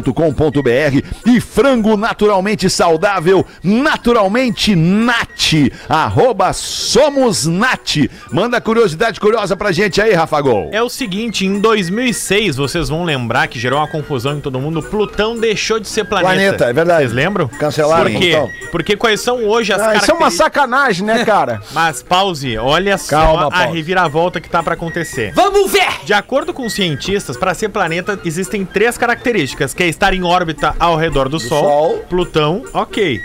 Speaker 4: Unifique.com.br e frango naturalmente saudável, naturalmente Nat. Arroba Somos Nat. Manda curiosidade curiosa pra gente aí, Rafa Gol.
Speaker 8: É o seguinte, em 2006, vocês vão lembrar que gerou uma confusão em todo mundo, Plutão deixou de ser planeta.
Speaker 6: Planeta, é verdade.
Speaker 8: Vocês lembram?
Speaker 6: Cancelaram então.
Speaker 8: Por quê?
Speaker 6: Plutão.
Speaker 8: Porque quais são hoje as
Speaker 9: Ah, isso é uma
Speaker 8: características...
Speaker 9: sacanagem, né, cara?
Speaker 8: Mas, pause, olha
Speaker 6: Calma,
Speaker 8: só a
Speaker 6: pause.
Speaker 8: reviravolta que tá pra acontecer.
Speaker 7: Vamos ver!
Speaker 8: De acordo com os cientistas, para ser planeta existem três características, que é estar em órbita ao redor do, Sol,
Speaker 6: Sol.
Speaker 8: Plutão, ok.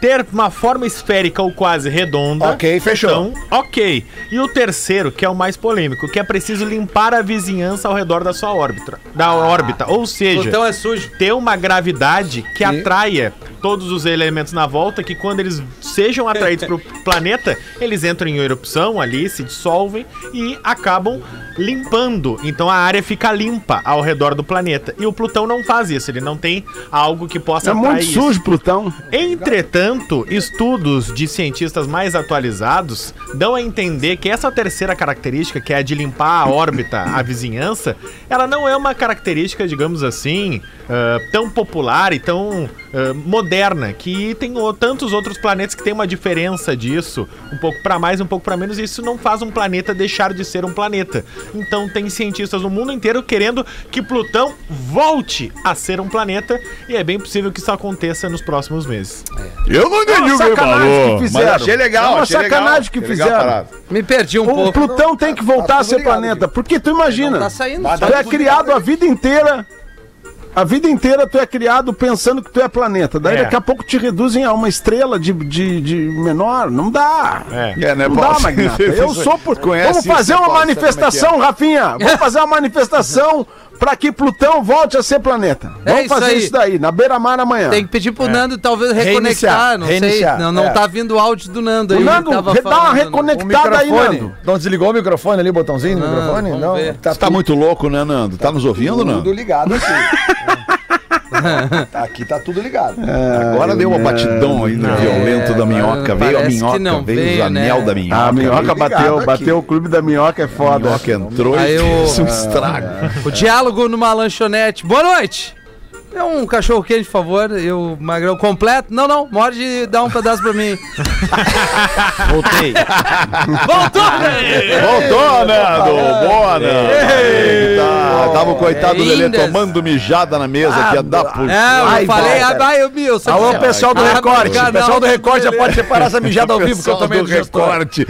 Speaker 8: Ter uma forma esférica ou quase redonda.
Speaker 6: Ok, fechou.
Speaker 8: Plutão, ok. E o terceiro, que é o mais polêmico, que é preciso limpar a vizinhança ao redor da sua órbita. Da órbita. Ou seja,
Speaker 7: Plutão é sujo.
Speaker 8: ter uma gravidade que atraia todos os elementos na volta, que quando eles sejam atraídos para o planeta, eles entram em erupção ali, se dissolvem e acabam limpando. Então a área fica limpa ao redor do planeta. E o Plutão não faz isso, ele não tem algo que possa
Speaker 9: É muito
Speaker 8: isso.
Speaker 9: sujo, Plutão.
Speaker 8: Entretanto, estudos de cientistas mais atualizados dão a entender que essa terceira característica, que é a de limpar a órbita, a vizinhança, ela não é uma característica, digamos assim, ah, tão popular e tão ah, moderna, que tem o- tantos outros planetas que tem uma diferença disso, um pouco pra mais, um pouco pra menos, e isso não faz um planeta deixar de ser um planeta. Então tem cientistas no mundo inteiro querendo que Plutão volte a ser um planeta, e é bem possível que isso aconteça nos próximos meses.
Speaker 4: Eu não entendi
Speaker 9: É uma sacanagem que fizeram.
Speaker 4: Mas achei legal,
Speaker 9: É uma
Speaker 4: achei legal.
Speaker 9: sacanagem que
Speaker 4: Achei legal a
Speaker 9: fizeram.
Speaker 4: parada.
Speaker 7: Me perdi um
Speaker 9: O
Speaker 7: pouco.
Speaker 9: Plutão tem que voltar a ser planeta. Porque tu imagina,
Speaker 7: Tá saindo.
Speaker 9: tu é criado a vida inteira. A vida inteira tu é criado pensando que tu é planeta. Daí
Speaker 8: É.
Speaker 9: daqui a pouco te reduzem a uma estrela de, de, de menor. Não dá.
Speaker 8: É.
Speaker 4: É, né,
Speaker 9: Não
Speaker 4: Paulo?
Speaker 9: dá, Magnata. Eu sou por.
Speaker 4: Conhece
Speaker 9: Vamos
Speaker 4: isso,
Speaker 9: fazer
Speaker 4: né,
Speaker 9: uma
Speaker 4: Paulo? Sabe como é que é?
Speaker 9: manifestação, Rafinha. Vamos fazer uma manifestação para que Plutão volte a ser planeta.
Speaker 7: É
Speaker 9: Vamos
Speaker 7: isso
Speaker 9: fazer
Speaker 7: aí.
Speaker 9: isso daí, na beira-mar amanhã.
Speaker 7: Tem que pedir pro Nando talvez reconectar, não
Speaker 6: reiniciar,
Speaker 7: sei. Não, não
Speaker 6: é.
Speaker 7: tá vindo o áudio do Nando aí.
Speaker 9: O Nando,
Speaker 7: tava
Speaker 9: dá uma
Speaker 7: falando, né?
Speaker 9: reconec-
Speaker 6: O
Speaker 9: Tá daí,
Speaker 6: microfone.
Speaker 9: Nando.
Speaker 6: Não desligou o microfone ali, o botãozinho do
Speaker 7: Não,
Speaker 6: microfone?
Speaker 7: vamos
Speaker 6: Não.
Speaker 7: ver.
Speaker 6: Tá,
Speaker 4: Tá muito louco, né, Nando? Tá nos ouvindo,
Speaker 6: tudo
Speaker 4: Nando?
Speaker 6: ligado aqui. Tá, aqui tá tudo ligado.
Speaker 4: Agora deu uma batidão aí no violento da minhoca. Veio a
Speaker 7: parece que
Speaker 4: minhoca,
Speaker 7: não
Speaker 4: veio
Speaker 7: veio,
Speaker 4: os anel
Speaker 7: né?
Speaker 4: da minhoca.
Speaker 9: A Ah, minhoca
Speaker 4: veio-
Speaker 9: bateu,
Speaker 6: aqui.
Speaker 9: bateu o clube da minhoca, é
Speaker 4: A
Speaker 9: foda.
Speaker 4: minhoca entrou
Speaker 7: Aí
Speaker 4: e
Speaker 7: eu-
Speaker 4: fez um estrago.
Speaker 7: O diálogo numa lanchonete. Boa noite! É um cachorro quente, por favor. Eu, magrão, completo. Não, não, morde e dá um pedaço pra mim.
Speaker 12: Voltei.
Speaker 7: Voltou, velho!
Speaker 4: Voltou, Nando! Boa, Nando! Tá, tava o coitado do Lelê
Speaker 7: Lindas.
Speaker 4: tomando mijada na mesa, que ia dar por...
Speaker 7: É, eu
Speaker 6: Ai,
Speaker 7: falei, ah,
Speaker 6: vai,
Speaker 7: vai, eu vi, eu sou
Speaker 6: Alô, pessoal do
Speaker 7: Ah,
Speaker 6: Recorte.
Speaker 7: canal
Speaker 6: pessoal do
Speaker 7: do
Speaker 6: Recorte já
Speaker 7: Lelê.
Speaker 6: pode separar essa mijada ao vivo, porque eu
Speaker 4: Pessoal
Speaker 6: também
Speaker 4: do
Speaker 6: gestor.
Speaker 4: recorte.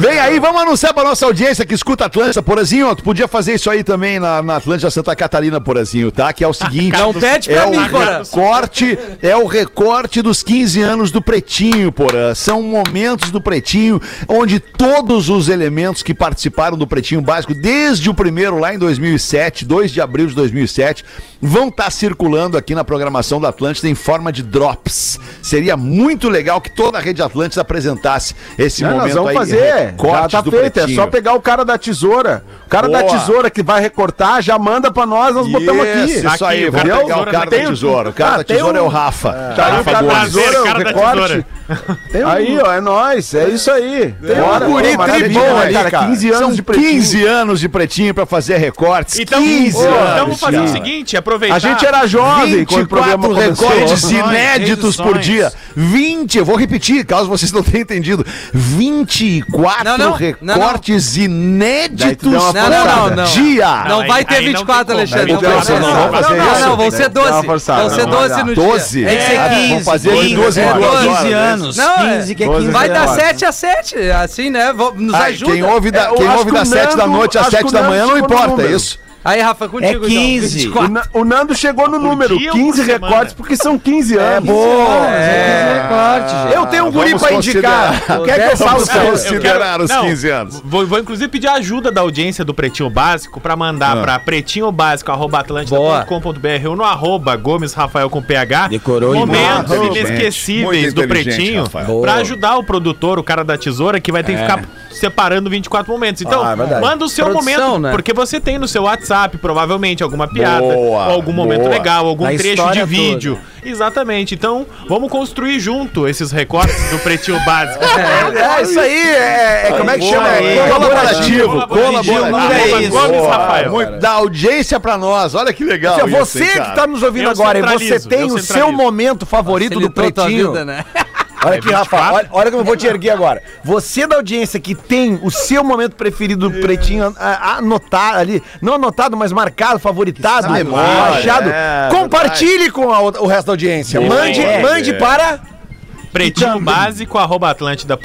Speaker 4: Vem aí, vamos anunciar pra nossa audiência que escuta Atlântida, Porazinho. Tu podia fazer isso aí também na, na Atlântida Santa Catarina, Porazinho, tá? Que é o seguinte.
Speaker 7: Não pede pra
Speaker 4: é
Speaker 7: mim,
Speaker 4: o
Speaker 7: Porã.
Speaker 4: recorte, é o recorte dos 15 anos do Pretinho, Porã. São momentos do Pretinho onde todos os elementos que participaram do Pretinho Básico, desde o primeiro lá em 2007, 2 de abril de 2007, vão estar circulando aqui na programação da Atlântida em forma de drops. Seria muito legal que toda a Rede Atlântida apresentasse esse
Speaker 9: Não, nós
Speaker 4: momento
Speaker 9: vamos
Speaker 4: aí.
Speaker 9: fazer. Já
Speaker 4: recortes
Speaker 9: tá
Speaker 4: do
Speaker 9: feito. É
Speaker 4: Pretinho.
Speaker 9: só pegar o cara da tesoura. O cara da
Speaker 4: Boa.
Speaker 9: tesoura que vai recortar, já manda pra nós, nós botamos
Speaker 4: Isso,
Speaker 9: aqui.
Speaker 4: isso aí,
Speaker 8: Aqui, o
Speaker 4: vamos pegar
Speaker 8: cara da
Speaker 4: o
Speaker 8: tesoura
Speaker 4: cara
Speaker 8: tem
Speaker 4: da
Speaker 8: o-
Speaker 4: tesoura. O cara
Speaker 9: Ah,
Speaker 4: da
Speaker 9: tem
Speaker 4: tesoura é
Speaker 9: o-
Speaker 4: o Rafa.
Speaker 9: Tá aí o
Speaker 4: Rafa
Speaker 9: cara da
Speaker 4: Gomes.
Speaker 9: tesoura, o
Speaker 8: cara da
Speaker 9: recorte.
Speaker 8: tesoura.
Speaker 9: Aí, ó, é nóis. É isso aí. Tem
Speaker 4: Bora,
Speaker 9: hora,
Speaker 4: um guri
Speaker 9: pô, maravilha,
Speaker 4: tribom
Speaker 9: né,
Speaker 4: ali, cara.
Speaker 9: 15 anos
Speaker 4: São
Speaker 9: de pretinho.
Speaker 4: 15 anos de pretinho pra fazer recortes.
Speaker 8: Então,
Speaker 4: 15
Speaker 8: Ô,
Speaker 6: 15 anos.
Speaker 8: então vamos fazer o
Speaker 6: cara.
Speaker 8: seguinte, tá? aproveitar.
Speaker 9: A gente era jovem quando o programa
Speaker 4: 24
Speaker 9: começou.
Speaker 4: recordes inéditos
Speaker 8: edições.
Speaker 4: por dia. 20, eu vou repetir, caso vocês não tenham entendido. 24
Speaker 7: Não, não, não,
Speaker 4: recortes
Speaker 9: Daí tu
Speaker 4: inéditos
Speaker 9: dá uma
Speaker 4: por
Speaker 7: forçada. Não, não, não.
Speaker 4: dia.
Speaker 7: Não
Speaker 8: aí-
Speaker 7: vai ter
Speaker 8: aí não tem
Speaker 7: 24,
Speaker 8: como,
Speaker 7: Alexandre.
Speaker 8: né?
Speaker 7: Não, vai
Speaker 9: Não,
Speaker 7: ser.
Speaker 9: não, não, vamos fazer
Speaker 7: não,
Speaker 9: isso.
Speaker 7: não, vão ser
Speaker 9: Dá uma
Speaker 7: 12.
Speaker 9: forçada,
Speaker 7: Vão ser
Speaker 9: vamos
Speaker 7: 12 no
Speaker 4: 12?
Speaker 7: dia. Tem que ser
Speaker 6: Ah,
Speaker 4: É,
Speaker 7: 15.
Speaker 4: vamos fazer de
Speaker 7: 15,
Speaker 4: duas em
Speaker 7: é,
Speaker 4: duas
Speaker 7: 12
Speaker 4: horas, né?
Speaker 5: anos.
Speaker 7: Não, é-
Speaker 5: 15 que é
Speaker 9: 12
Speaker 5: 15
Speaker 7: Vai dar
Speaker 9: horas.
Speaker 7: 7 a 7, assim, né? Vão- Nos
Speaker 4: Ai,
Speaker 7: ajuda.
Speaker 4: quem ouve, da,
Speaker 9: É, eu
Speaker 4: quem
Speaker 9: acho
Speaker 4: ouve
Speaker 9: que o
Speaker 4: das 7 da
Speaker 9: Nando-
Speaker 4: noite às
Speaker 9: acho que
Speaker 4: 7
Speaker 9: o
Speaker 4: da
Speaker 9: Nando
Speaker 4: manhã, não
Speaker 9: ficou no
Speaker 4: importa, é
Speaker 9: número.
Speaker 4: isso.
Speaker 7: Aí, Rafa, contigo.
Speaker 5: É 15.
Speaker 7: Então.
Speaker 9: O, Na- o Nando chegou no
Speaker 8: Por
Speaker 9: número,
Speaker 8: dia ou por
Speaker 9: 15
Speaker 8: semana?
Speaker 9: recordes, porque são 15 anos. É
Speaker 6: boa. Eu tenho um
Speaker 4: É. Vamos
Speaker 6: guri pra
Speaker 4: considerar.
Speaker 6: indicar. O que é que eu
Speaker 4: Vamos
Speaker 6: falo, cara?
Speaker 4: considerar. os 15 anos.
Speaker 8: Vou, vou, inclusive pedir a ajuda da audiência do Pretinho Básico pra
Speaker 4: Ah.
Speaker 8: mandar pra pretinhobásico.com.br ou no arroba Gomes Rafael com PH
Speaker 5: Decorou
Speaker 8: momentos
Speaker 4: demais.
Speaker 8: inesquecíveis
Speaker 4: Muito
Speaker 8: do
Speaker 4: inteligente,
Speaker 8: Pretinho
Speaker 4: Rafael.
Speaker 8: pra ajudar o produtor, o cara da tesoura, que vai ter que ficar separando 24 momentos. Então, manda o seu
Speaker 7: Produção,
Speaker 8: momento,
Speaker 7: né?
Speaker 8: porque você tem no seu WhatsApp, provavelmente, alguma piada,
Speaker 4: Boa,
Speaker 8: ou algum momento
Speaker 4: boa.
Speaker 8: legal, algum
Speaker 5: A
Speaker 8: trecho de
Speaker 5: história
Speaker 8: vídeo. Exatamente. Então, vamos construir junto esses recortes do Pretinho Básico.
Speaker 6: É isso aí, é, é- como é que
Speaker 8: Boa
Speaker 6: chama?
Speaker 8: aí.
Speaker 6: É
Speaker 4: Colaborativo,
Speaker 8: Colaborativo.
Speaker 4: colaborativo.
Speaker 8: É isso. Gomes Rafael.
Speaker 4: Muito, dá audiência pra nós, olha que legal.
Speaker 5: é
Speaker 6: Ou seja,
Speaker 4: isso, hein,
Speaker 6: você
Speaker 4: cara?
Speaker 6: que tá nos ouvindo
Speaker 8: Eu
Speaker 6: agora e você
Speaker 8: centralizo,
Speaker 6: tem
Speaker 8: eu
Speaker 6: o seu
Speaker 8: centralizo.
Speaker 6: momento favorito do
Speaker 7: Facilitou tua
Speaker 6: Pretinho.
Speaker 7: vida, né?
Speaker 8: É
Speaker 6: Olha aqui, Rafa, olha, olha como eu vou te erguer agora. Você da audiência que tem o seu momento preferido do Pretinho a- a- anotado ali, não anotado, mas marcado, favoritado,
Speaker 4: Que saco,
Speaker 6: baixado,
Speaker 4: é,
Speaker 6: Tá compartilhe com a outra- o resto da audiência. Mande,
Speaker 8: É.
Speaker 6: mande para...
Speaker 8: Pretinho básico, arroba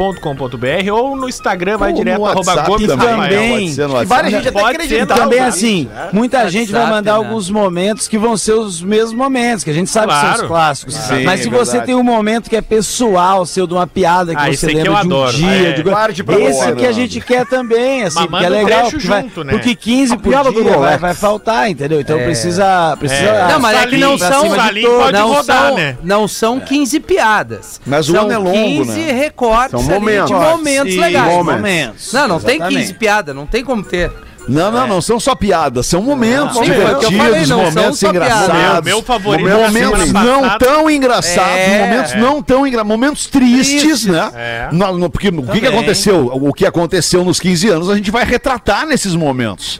Speaker 8: atlântida.com.br ou no Instagram vai
Speaker 4: Ou
Speaker 8: direto,
Speaker 4: no
Speaker 8: arroba
Speaker 4: WhatsApp
Speaker 8: Gomes
Speaker 4: também,
Speaker 8: Rafael.
Speaker 4: pode ser no
Speaker 6: E várias
Speaker 4: WhatsApp.
Speaker 6: gente até
Speaker 8: Pode ser,
Speaker 6: acredita.
Speaker 8: tá?
Speaker 5: Também assim, muita gente vai
Speaker 7: WhatsApp,
Speaker 5: mandar
Speaker 7: né?
Speaker 5: alguns momentos que vão ser os mesmos momentos, que a gente sabe que são
Speaker 8: Claro.
Speaker 5: os clássicos.
Speaker 4: Sim,
Speaker 5: Mas se
Speaker 4: é
Speaker 5: você
Speaker 4: verdade.
Speaker 5: tem um momento que é pessoal, seu de uma piada que
Speaker 8: Ah, esse
Speaker 5: você
Speaker 8: aqui
Speaker 5: lembra
Speaker 8: eu
Speaker 5: de um
Speaker 8: adoro.
Speaker 5: dia,
Speaker 8: É.
Speaker 5: de coisa-
Speaker 4: Parte pra
Speaker 5: esse
Speaker 4: boa,
Speaker 5: que
Speaker 4: né?
Speaker 5: a gente quer também, assim,
Speaker 8: Mas
Speaker 5: que
Speaker 8: manda
Speaker 5: é
Speaker 8: um
Speaker 5: legal,
Speaker 8: trecho
Speaker 5: porque, vai-
Speaker 8: junto, né?
Speaker 5: porque 15 por
Speaker 6: piada do
Speaker 5: dia vai,
Speaker 6: Rolex.
Speaker 5: vai faltar, entendeu? Então precisa, precisa
Speaker 8: É.
Speaker 7: Não, mas é
Speaker 8: Salim,
Speaker 7: que não
Speaker 8: pra
Speaker 7: são.
Speaker 8: cima de Salim
Speaker 7: não
Speaker 8: pode rodar,
Speaker 7: são,
Speaker 8: né?
Speaker 7: não são 15 piadas.
Speaker 4: Mas o
Speaker 7: são
Speaker 4: ano é longo,
Speaker 7: 15
Speaker 4: né?
Speaker 7: recortes
Speaker 9: São
Speaker 7: ali de
Speaker 9: momentos.
Speaker 7: momentos
Speaker 9: Sim,
Speaker 7: legais.
Speaker 9: momentos.
Speaker 7: Não, não tem
Speaker 5: Exatamente.
Speaker 7: 15 piadas, não tem como ter.
Speaker 4: Não, não, não são só piadas, são momentos
Speaker 6: Ah,
Speaker 7: Sim, foi o que eu falei,
Speaker 4: divertidos,
Speaker 7: não é são
Speaker 4: momentos
Speaker 7: só piadas.
Speaker 4: engraçados.
Speaker 8: Meu- meu favorito da
Speaker 4: Momentos
Speaker 8: semana
Speaker 4: não
Speaker 8: passada.
Speaker 4: tão engraçados,
Speaker 7: É.
Speaker 4: momentos não tão engraçados, momentos tristes,
Speaker 7: Tristes,
Speaker 4: né?
Speaker 8: é.
Speaker 4: No- no- porque o que, que aconteceu? O que aconteceu nos 15 anos, a gente vai retratar nesses momentos.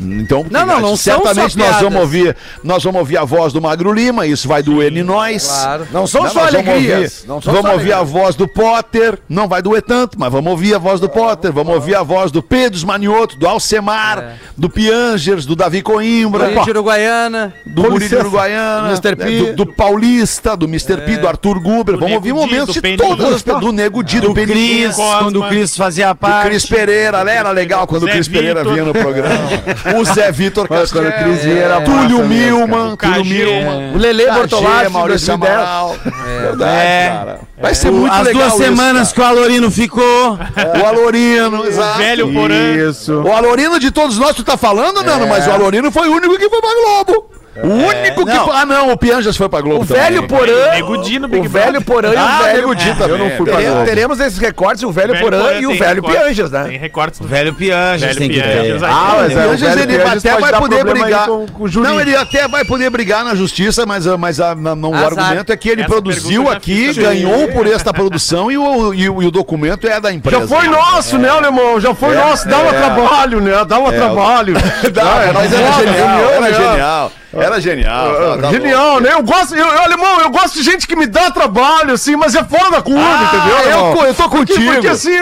Speaker 4: Então,
Speaker 7: Não, não, não são
Speaker 4: certamente
Speaker 7: só
Speaker 4: nós
Speaker 7: piadas.
Speaker 4: vamos ouvir, nós vamos ouvir a voz do Magro Lima, isso vai doer em nós.
Speaker 7: Claro.
Speaker 6: Não são
Speaker 4: Não,
Speaker 6: só
Speaker 4: nós vamos
Speaker 6: alegrias.
Speaker 4: ouvir-
Speaker 6: não
Speaker 4: Vamos
Speaker 6: são só
Speaker 4: ouvir a
Speaker 6: alegrias.
Speaker 4: voz do Potter, não vai doer tanto, mas vamos ouvir a voz do Potter, vamos ouvir a voz do Pedro Smanioto, do Alcemar, do Piangers, do Davi Coimbra,
Speaker 7: Corinthians Uruguaiana.
Speaker 4: do
Speaker 6: Com
Speaker 4: Murilo
Speaker 6: licença,
Speaker 4: Uruguaiana,
Speaker 6: Mr. P.
Speaker 4: é, do, do Paulista, do Mr. P, do Arthur Guber, vamos
Speaker 8: Nego
Speaker 4: ouvir
Speaker 8: Di,
Speaker 4: momentos
Speaker 8: do
Speaker 4: de
Speaker 8: Peninha.
Speaker 4: todas as do Nego Di, do Peninha,
Speaker 5: Cris, quando o Cris fazia
Speaker 4: do
Speaker 5: parte.
Speaker 4: Cris Pereira, né? era legal quando o
Speaker 8: Zé
Speaker 4: Cris Pereira
Speaker 8: Vitor.
Speaker 4: vinha no programa, o Zé Vitor Castelo,
Speaker 6: Cris ia, era
Speaker 4: Túlio
Speaker 6: massa mesmo,
Speaker 4: Milman,
Speaker 8: cara.
Speaker 4: Túlio
Speaker 8: O Cagê.
Speaker 4: Milman,
Speaker 6: O Lele
Speaker 4: Cagê,
Speaker 6: Bortolatti,
Speaker 4: Maurício
Speaker 6: 2010.
Speaker 4: Amaral, verdade, cara. É. Vai ser
Speaker 5: O-
Speaker 4: muito
Speaker 5: As
Speaker 4: legal
Speaker 5: duas
Speaker 4: isso,
Speaker 5: semanas que o Alorino ficou.
Speaker 4: cara. O Alorino, exato.
Speaker 8: Velho Porã.
Speaker 9: Isso.
Speaker 4: O Alorino de todos nós, tu tá falando, Nano, mas o Alorino foi o único que foi pra Globo. O único que. foi- Ah, não, o Pianjas foi pra Globo.
Speaker 6: O
Speaker 4: também.
Speaker 6: velho Porã.
Speaker 8: Nego Di no Big
Speaker 6: O velho
Speaker 8: Brother.
Speaker 6: Porã e o
Speaker 4: Ah,
Speaker 6: velho.
Speaker 4: Nego Di também,
Speaker 6: Eu não fui
Speaker 4: é
Speaker 6: pra
Speaker 4: verdade.
Speaker 6: Globo. Teremos esses recortes, o velho Porã e o
Speaker 8: tem
Speaker 6: velho
Speaker 8: recortes.
Speaker 6: Pianjas, né?
Speaker 8: Tem recortes do velho
Speaker 5: Velho Pianges tem que ter.
Speaker 8: Pianjas aí.
Speaker 9: Ah, mas é, o
Speaker 4: Pianjas,
Speaker 9: velho
Speaker 4: ele
Speaker 9: Pianjas
Speaker 4: até
Speaker 9: pode
Speaker 4: vai
Speaker 9: dar
Speaker 4: poder
Speaker 9: problema aí
Speaker 4: brigar.
Speaker 9: com- com o jurídico.
Speaker 4: não, ele até vai poder brigar na justiça, mas, ah, mas ah, na- não, o
Speaker 7: Azar.
Speaker 4: argumento é que ele
Speaker 8: Essa
Speaker 4: produziu
Speaker 8: pergunta já
Speaker 4: aqui,
Speaker 8: fica bem.
Speaker 4: ganhou por esta produção e o, e o- e o documento é da empresa.
Speaker 9: Já foi nosso, né, alemão? Já foi
Speaker 4: É,
Speaker 9: nosso. Dava
Speaker 6: um
Speaker 4: é.
Speaker 9: trabalho, né? Dava trabalho.
Speaker 4: Não, é, mas era
Speaker 9: Não,
Speaker 4: genial, era
Speaker 9: não.
Speaker 4: genial. Era genial. tá- tá bom.
Speaker 9: Genial, né? Eu gosto, eu, eu, alemão, eu gosto de gente que me dá trabalho, assim, mas é fora da curva,
Speaker 4: Ah,
Speaker 9: entendeu?
Speaker 4: eu
Speaker 9: alemão?
Speaker 4: co- eu tô
Speaker 9: Porque-
Speaker 4: contigo.
Speaker 9: Porque, assim,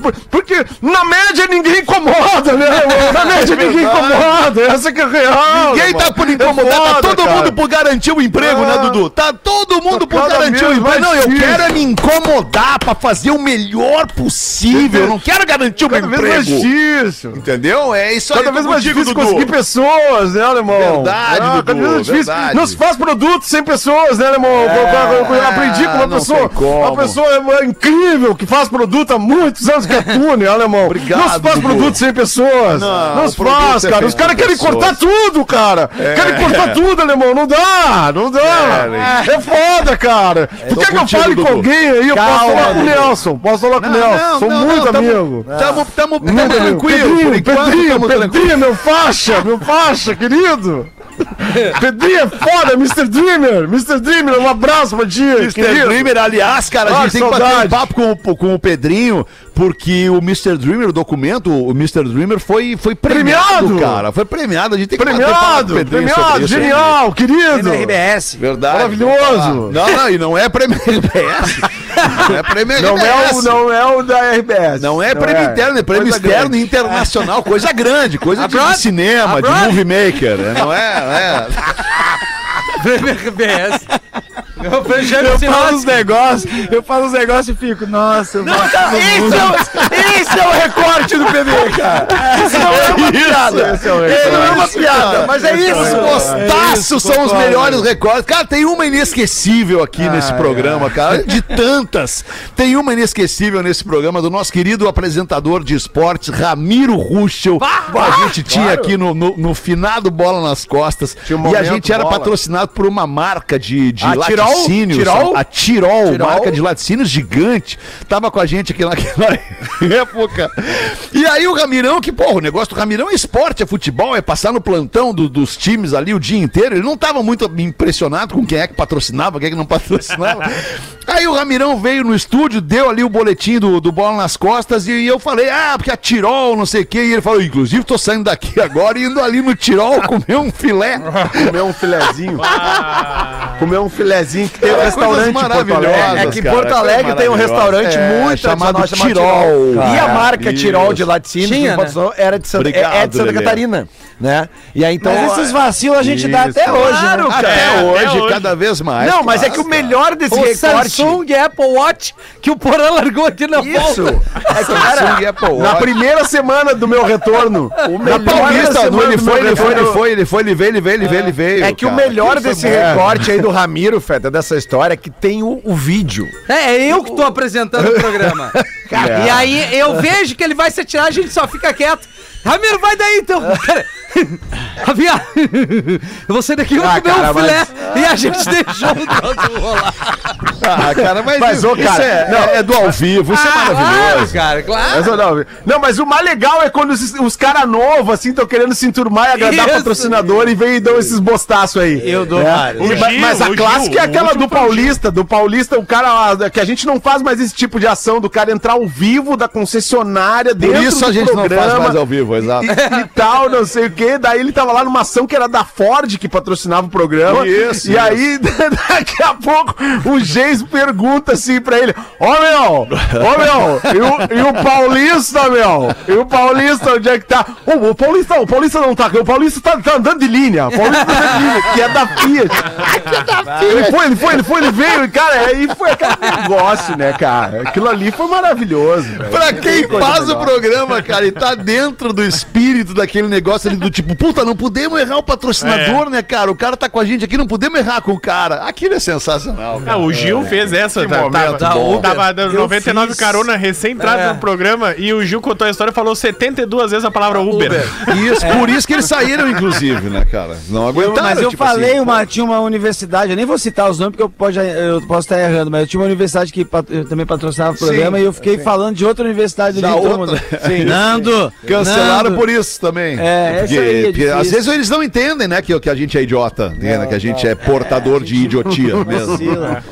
Speaker 9: por- porque na média ninguém incomoda, né? alemão? Na média ninguém incomoda, essa que é real.
Speaker 4: É Ninguém tá
Speaker 9: alemão.
Speaker 4: por
Speaker 9: É
Speaker 4: incomodar, tá
Speaker 9: foda,
Speaker 4: todo
Speaker 9: cara.
Speaker 4: mundo por garantir o emprego, né,
Speaker 9: Ah.
Speaker 4: Dudu? Tá todo
Speaker 9: Tá
Speaker 4: mundo por
Speaker 9: cada
Speaker 4: garantir o
Speaker 9: vez
Speaker 4: emprego.
Speaker 9: mais
Speaker 4: Não, eu
Speaker 9: difícil.
Speaker 4: quero é me incomodar pra fazer o melhor possível. Eu não quero garantir o meu
Speaker 9: Cada vez mais
Speaker 4: emprego.
Speaker 9: difícil.
Speaker 4: Entendeu? É isso
Speaker 9: Cada
Speaker 4: aí.
Speaker 9: vez
Speaker 4: eu
Speaker 9: mais
Speaker 4: digo,
Speaker 9: difícil
Speaker 4: Dudu.
Speaker 9: conseguir pessoas, né, alemão?
Speaker 4: Verdade, Dudu,
Speaker 9: cada vez mais difícil.
Speaker 4: verdade. É, ah,
Speaker 9: Não se faz produto sem pessoas, né, alemão? eu, eu- eu aprendi com uma
Speaker 4: não
Speaker 9: pessoa.
Speaker 4: tem como.
Speaker 9: Uma pessoa é, é incrível que faz produto há muitos anos que atua, né, alemão?
Speaker 4: Obrigado,
Speaker 9: Não se faz
Speaker 4: Dudu.
Speaker 9: produto sem pessoas.
Speaker 4: Não,
Speaker 9: Não,
Speaker 4: o
Speaker 9: se
Speaker 4: produto
Speaker 9: faz,
Speaker 4: é
Speaker 9: cara.
Speaker 4: feito
Speaker 9: Os caras
Speaker 4: por
Speaker 9: querem
Speaker 4: pessoas. É.
Speaker 9: cortar tudo, cara. Querem cortar tudo, alemão. Não dá, não dá. É, foda, cara. Por
Speaker 4: É, Tô
Speaker 9: que, que eu
Speaker 4: contigo,
Speaker 9: falo com
Speaker 4: Dudu.
Speaker 9: alguém aí? Eu posso
Speaker 4: Calma,
Speaker 9: falar com o
Speaker 4: Dudu.
Speaker 9: Nelson. Posso falar com o
Speaker 4: Não,
Speaker 9: Nelson.
Speaker 4: não,
Speaker 9: Sou
Speaker 4: não, tá
Speaker 9: muito
Speaker 4: tamo-
Speaker 9: amigo.
Speaker 4: Tamo, tamo, tamo
Speaker 9: Muito
Speaker 4: tranquilo, por
Speaker 9: Pedrinho,
Speaker 4: enquanto,
Speaker 9: Pedrinho,
Speaker 4: tamo
Speaker 9: Pedrinho,
Speaker 4: tranquilo.
Speaker 9: meu faixa, meu faixa, querido. Pedrinho é foda, Mr. Dreamer! Mr. Dreamer, um abraço pra ti,
Speaker 4: Mr.
Speaker 9: querido.
Speaker 4: Dreamer, aliás, cara, a
Speaker 9: Ah,
Speaker 4: gente tem que bater
Speaker 9: saudade.
Speaker 4: um papo com, o- com o Pedrinho, porque o Mr. Dreamer, o documento, o Mr. Dreamer foi, foi premiado,
Speaker 9: Premiado!
Speaker 4: cara. Foi premiado, a gente tem que bater um papo com
Speaker 9: Premiado!
Speaker 4: o Pedrinho sobre
Speaker 9: Premiado!
Speaker 4: isso né, aí.
Speaker 9: Genial, querido!
Speaker 5: RBS.
Speaker 4: Verdade.
Speaker 9: Maravilhoso!
Speaker 4: Não, não, e não é prêmio RBS. Não é prêmio RBS.
Speaker 9: Não é, o, não é o da RBS.
Speaker 4: Não é prêmio interno, é prêmio
Speaker 9: Coisa
Speaker 4: externo
Speaker 9: grande. É.
Speaker 4: e internacional. Coisa grande, coisa de,
Speaker 7: Abroad?
Speaker 4: cinema, de
Speaker 7: Abroad?
Speaker 4: movie maker. né? Não é, não é.
Speaker 7: RBS. Eu fechei
Speaker 5: Eu falo
Speaker 7: o sinal.
Speaker 5: uns negócios, eu falo uns negócios e fico, nossa, eu vou-
Speaker 9: Esse é, o, esse é o recorte do PB, cara! Isso não é uma piada! Esse não é uma piada, mas é
Speaker 4: Os
Speaker 9: isso!
Speaker 4: postaços são os melhores recordes. Cara, tem uma inesquecível aqui nesse programa, cara. De tantas. Tem uma inesquecível nesse programa do nosso querido apresentador de esportes, Ramiro Ruschel. A gente tinha aqui no, no, no finado Bola nas Costas.
Speaker 9: Tinha um
Speaker 4: e a
Speaker 9: momento
Speaker 4: gente era
Speaker 9: bola. Ah,
Speaker 4: patrocinado por uma marca de, de
Speaker 6: A Tirol?
Speaker 4: laticínios.
Speaker 6: Tirol?
Speaker 4: A Tirol,
Speaker 6: Tirol?
Speaker 4: marca de laticínios gigante. Tava com a gente aqui naquela época. E aí o Ramirão, que porra, o negócio do Ramirão é esporte, é futebol, é passar no plantão do- dos times ali o dia inteiro. Ele não tava muito impressionado com quem é que patrocinava, quem é que não patrocinava. Aí o Ramirão veio no estúdio, deu ali o boletim do, do bola nas costas e, eu falei, ah, porque a Tirol, não sei o quê. E ele falou, inclusive tô saindo daqui agora e indo ali no Tirol comer um filé.
Speaker 9: Comer um filezinho. Comer um filezinho que tem um
Speaker 4: Coisas
Speaker 9: restaurante em Porto Alegre.
Speaker 4: maravilhosas,
Speaker 6: É que em
Speaker 4: cara,
Speaker 6: Porto
Speaker 4: coisa
Speaker 6: Alegre tem um
Speaker 4: maravilhosa.
Speaker 6: restaurante
Speaker 4: É,
Speaker 6: muito
Speaker 4: chamado
Speaker 6: tradicional
Speaker 4: Tirol.
Speaker 6: E a
Speaker 4: Cara,
Speaker 6: marca
Speaker 4: isso.
Speaker 6: Tirol de laticínios
Speaker 7: Tinha,
Speaker 6: que patrocinou era de Santa,
Speaker 4: Obrigado,
Speaker 6: é de Santa
Speaker 4: Lelê.
Speaker 6: Catarina, né? E aí então
Speaker 5: Mas esses vacilos a gente dá até
Speaker 4: Isso.
Speaker 5: hoje.
Speaker 7: Claro,
Speaker 5: né?
Speaker 7: cara.
Speaker 4: Até,
Speaker 8: É,
Speaker 4: hoje,
Speaker 8: até hoje.
Speaker 4: cada vez mais.
Speaker 6: Não, mas é que o melhor desse
Speaker 7: O
Speaker 6: recorte é
Speaker 7: Samsung Apple Watch que o Porã largou aqui na
Speaker 6: Isso.
Speaker 7: volta.
Speaker 6: É que, cara,
Speaker 4: Samsung Apple
Speaker 9: Na
Speaker 4: Watch.
Speaker 9: primeira semana do meu retorno.
Speaker 4: Na Paulista,
Speaker 9: semana
Speaker 4: não, ele
Speaker 9: do
Speaker 4: foi,
Speaker 9: meu
Speaker 4: ele foi, ele
Speaker 9: retorno.
Speaker 4: foi, ele foi, ele veio, ele veio, ele veio, ele veio.
Speaker 6: é que o
Speaker 4: cara. é.
Speaker 6: melhor
Speaker 4: Aquilo foi
Speaker 6: desse
Speaker 4: bom.
Speaker 6: recorte aí do Ramiro, Feta, dessa história, é que tem o, o vídeo.
Speaker 7: É, é eu que tô apresentando o programa.
Speaker 6: É.
Speaker 7: E aí eu vejo que ele vai se atirar, a gente só fica quieto. Ramiro, vai daí então. Cara, Rafinha, eu vou sair daqui, eu vou
Speaker 6: Ah,
Speaker 7: comer um
Speaker 6: cara,
Speaker 7: filé.
Speaker 6: mas-
Speaker 7: E a gente deixou o troço rolar.
Speaker 4: Ah, cara, mas,
Speaker 6: Mas, ô,
Speaker 4: isso
Speaker 6: cara,
Speaker 4: é, é- é do ao vivo,
Speaker 7: Ah,
Speaker 4: isso é maravilhoso.
Speaker 7: Claro, cara, claro.
Speaker 9: Mas, ô, não, não, mas o mais legal é quando os, os caras novos, assim, estão querendo se enturmar e agradar
Speaker 7: Isso.
Speaker 9: patrocinador e vem e dão esses bostaços aí. Eu dou,
Speaker 8: O Gil,
Speaker 9: Mas a
Speaker 8: o Gil,
Speaker 9: clássica é
Speaker 8: o
Speaker 9: aquela
Speaker 8: último
Speaker 9: do Paulista. Do Paulista, o cara. Que a gente não faz mais esse tipo de ação do cara entrar ao vivo da concessionária
Speaker 4: Por
Speaker 9: dentro
Speaker 4: isso a
Speaker 9: do
Speaker 4: gente não faz
Speaker 9: programa
Speaker 4: mais ao vivo, exato.
Speaker 9: E, e tal, não sei o quê. Daí ele tava lá numa ação que era da Ford que patrocinava o programa.
Speaker 4: Isso,
Speaker 9: E
Speaker 4: isso.
Speaker 9: aí, daqui a pouco, o Geis pergunta assim pra ele: Ô meu, ô meu, e o, e o Paulista, meu? E o Paulista, onde é que tá? Ô, o Paulista, o Paulista não tá aqui, o Paulista tá, tá andando de linha. O Paulista tá andando de linha, que é da Fiat. Ele foi, ele foi, ele foi, ele veio, e, cara, aí foi aquele negócio, né, cara? Aquilo ali foi maravilhoso. velho.
Speaker 4: Pra quem
Speaker 9: Coisa
Speaker 4: faz o
Speaker 9: melhor.
Speaker 4: programa, cara, e tá dentro do espírito daquele negócio ali do tipo, puta, não podemos errar o patrocinador, né, cara? O cara tá com a gente aqui, não podemos errar com o cara. Aquilo é sensacional.
Speaker 8: Ah, o Gil fez essa, tá, tava, tava dando 99 carona recém-entrado no programa e o Gil contou a história e falou 72 vezes a palavra Uber.
Speaker 4: Isso,
Speaker 9: É.
Speaker 4: por isso que eles saíram, inclusive, né, cara? Não
Speaker 5: Eu-
Speaker 4: aguentaram.
Speaker 5: Então, mas eu
Speaker 4: tipo
Speaker 5: falei,
Speaker 9: um-
Speaker 4: assim.
Speaker 5: uma, tinha uma universidade, eu nem vou citar os nomes porque eu, pode, eu posso estar errando, mas eu tinha uma universidade que pat- eu também patrocinava o programa e eu fiquei falando de outra universidade ali. então,
Speaker 4: Da
Speaker 5: todo
Speaker 4: outra.
Speaker 5: mundo.
Speaker 4: Sim.
Speaker 5: Nando!
Speaker 4: Cancelaram
Speaker 5: Nando.
Speaker 4: por isso também.
Speaker 5: É, essa aí que é
Speaker 4: porque às
Speaker 5: difícil.
Speaker 4: vezes eles não entendem, né, que, que a gente é idiota, né, que a gente é portador de idiotia
Speaker 9: É.
Speaker 4: mesmo.
Speaker 5: Vacila.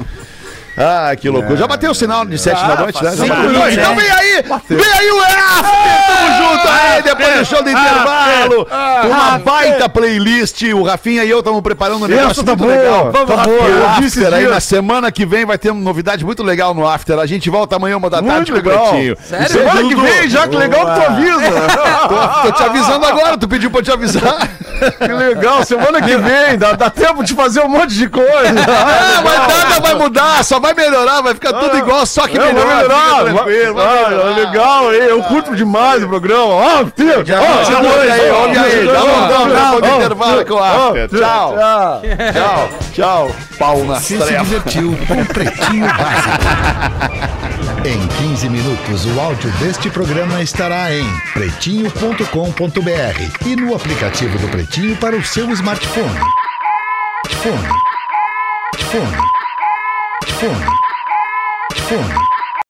Speaker 4: Ah, que loucura. Já bateu o sinal de 7 da noite, né? Já
Speaker 8: sim,
Speaker 4: bateu.
Speaker 9: é.
Speaker 8: né?
Speaker 4: Então vem aí! Vem aí o
Speaker 9: Ah,
Speaker 4: After! Tamo junto aí, depois do show do intervalo.
Speaker 9: ah,
Speaker 4: Uma baita playlist. O Rafinha e eu estamos preparando um negócio
Speaker 9: tá
Speaker 4: muito
Speaker 9: boa,
Speaker 4: legal.
Speaker 9: tá
Speaker 4: Vamos
Speaker 9: boa. Eu vi
Speaker 4: lá, After
Speaker 9: esses
Speaker 4: aí
Speaker 9: dias.
Speaker 4: na semana que vem vai ter uma novidade muito legal no After. A gente volta amanhã, uma da tarde, com o
Speaker 9: legal.
Speaker 4: Pretinho.
Speaker 7: Sério?
Speaker 4: Isso aí,
Speaker 9: Semana que
Speaker 4: Dudu.
Speaker 9: vem, já que legal que tu avisa.
Speaker 4: Tô, tô te avisando agora, tu pediu pra eu te avisar.
Speaker 9: Que legal, semana que vem, dá, dá tempo de fazer um monte de coisa.
Speaker 4: Ah, mas nada vai mudar, só vai melhorar, vai ficar tudo igual, só que
Speaker 9: Eu vou
Speaker 4: melhor.
Speaker 9: Ah. melhorar,
Speaker 4: fica tranquilo,
Speaker 9: vai-
Speaker 4: vai
Speaker 9: vai,
Speaker 4: melhorar.
Speaker 9: legal, hein? eu curto demais o programa. Ó, tio,
Speaker 4: Já
Speaker 9: ó,
Speaker 4: continua
Speaker 9: dois,
Speaker 4: aí,
Speaker 9: ó,
Speaker 4: olha aí,
Speaker 9: dois,
Speaker 4: dá um-
Speaker 9: ó,
Speaker 4: dá um- dá um
Speaker 9: ó,
Speaker 4: intervalo com o
Speaker 9: ó,
Speaker 4: After.
Speaker 9: tio,
Speaker 4: Tchau. Tchau, tchau. Pau nas
Speaker 13: Você se
Speaker 4: trevas.
Speaker 13: divertiu com Pretinho Básico. Em 15 minutos, o áudio deste programa estará em pretinho.com.br e no aplicativo do Pretinho para o seu smartphone. Fone. Fone. Fone. Fone.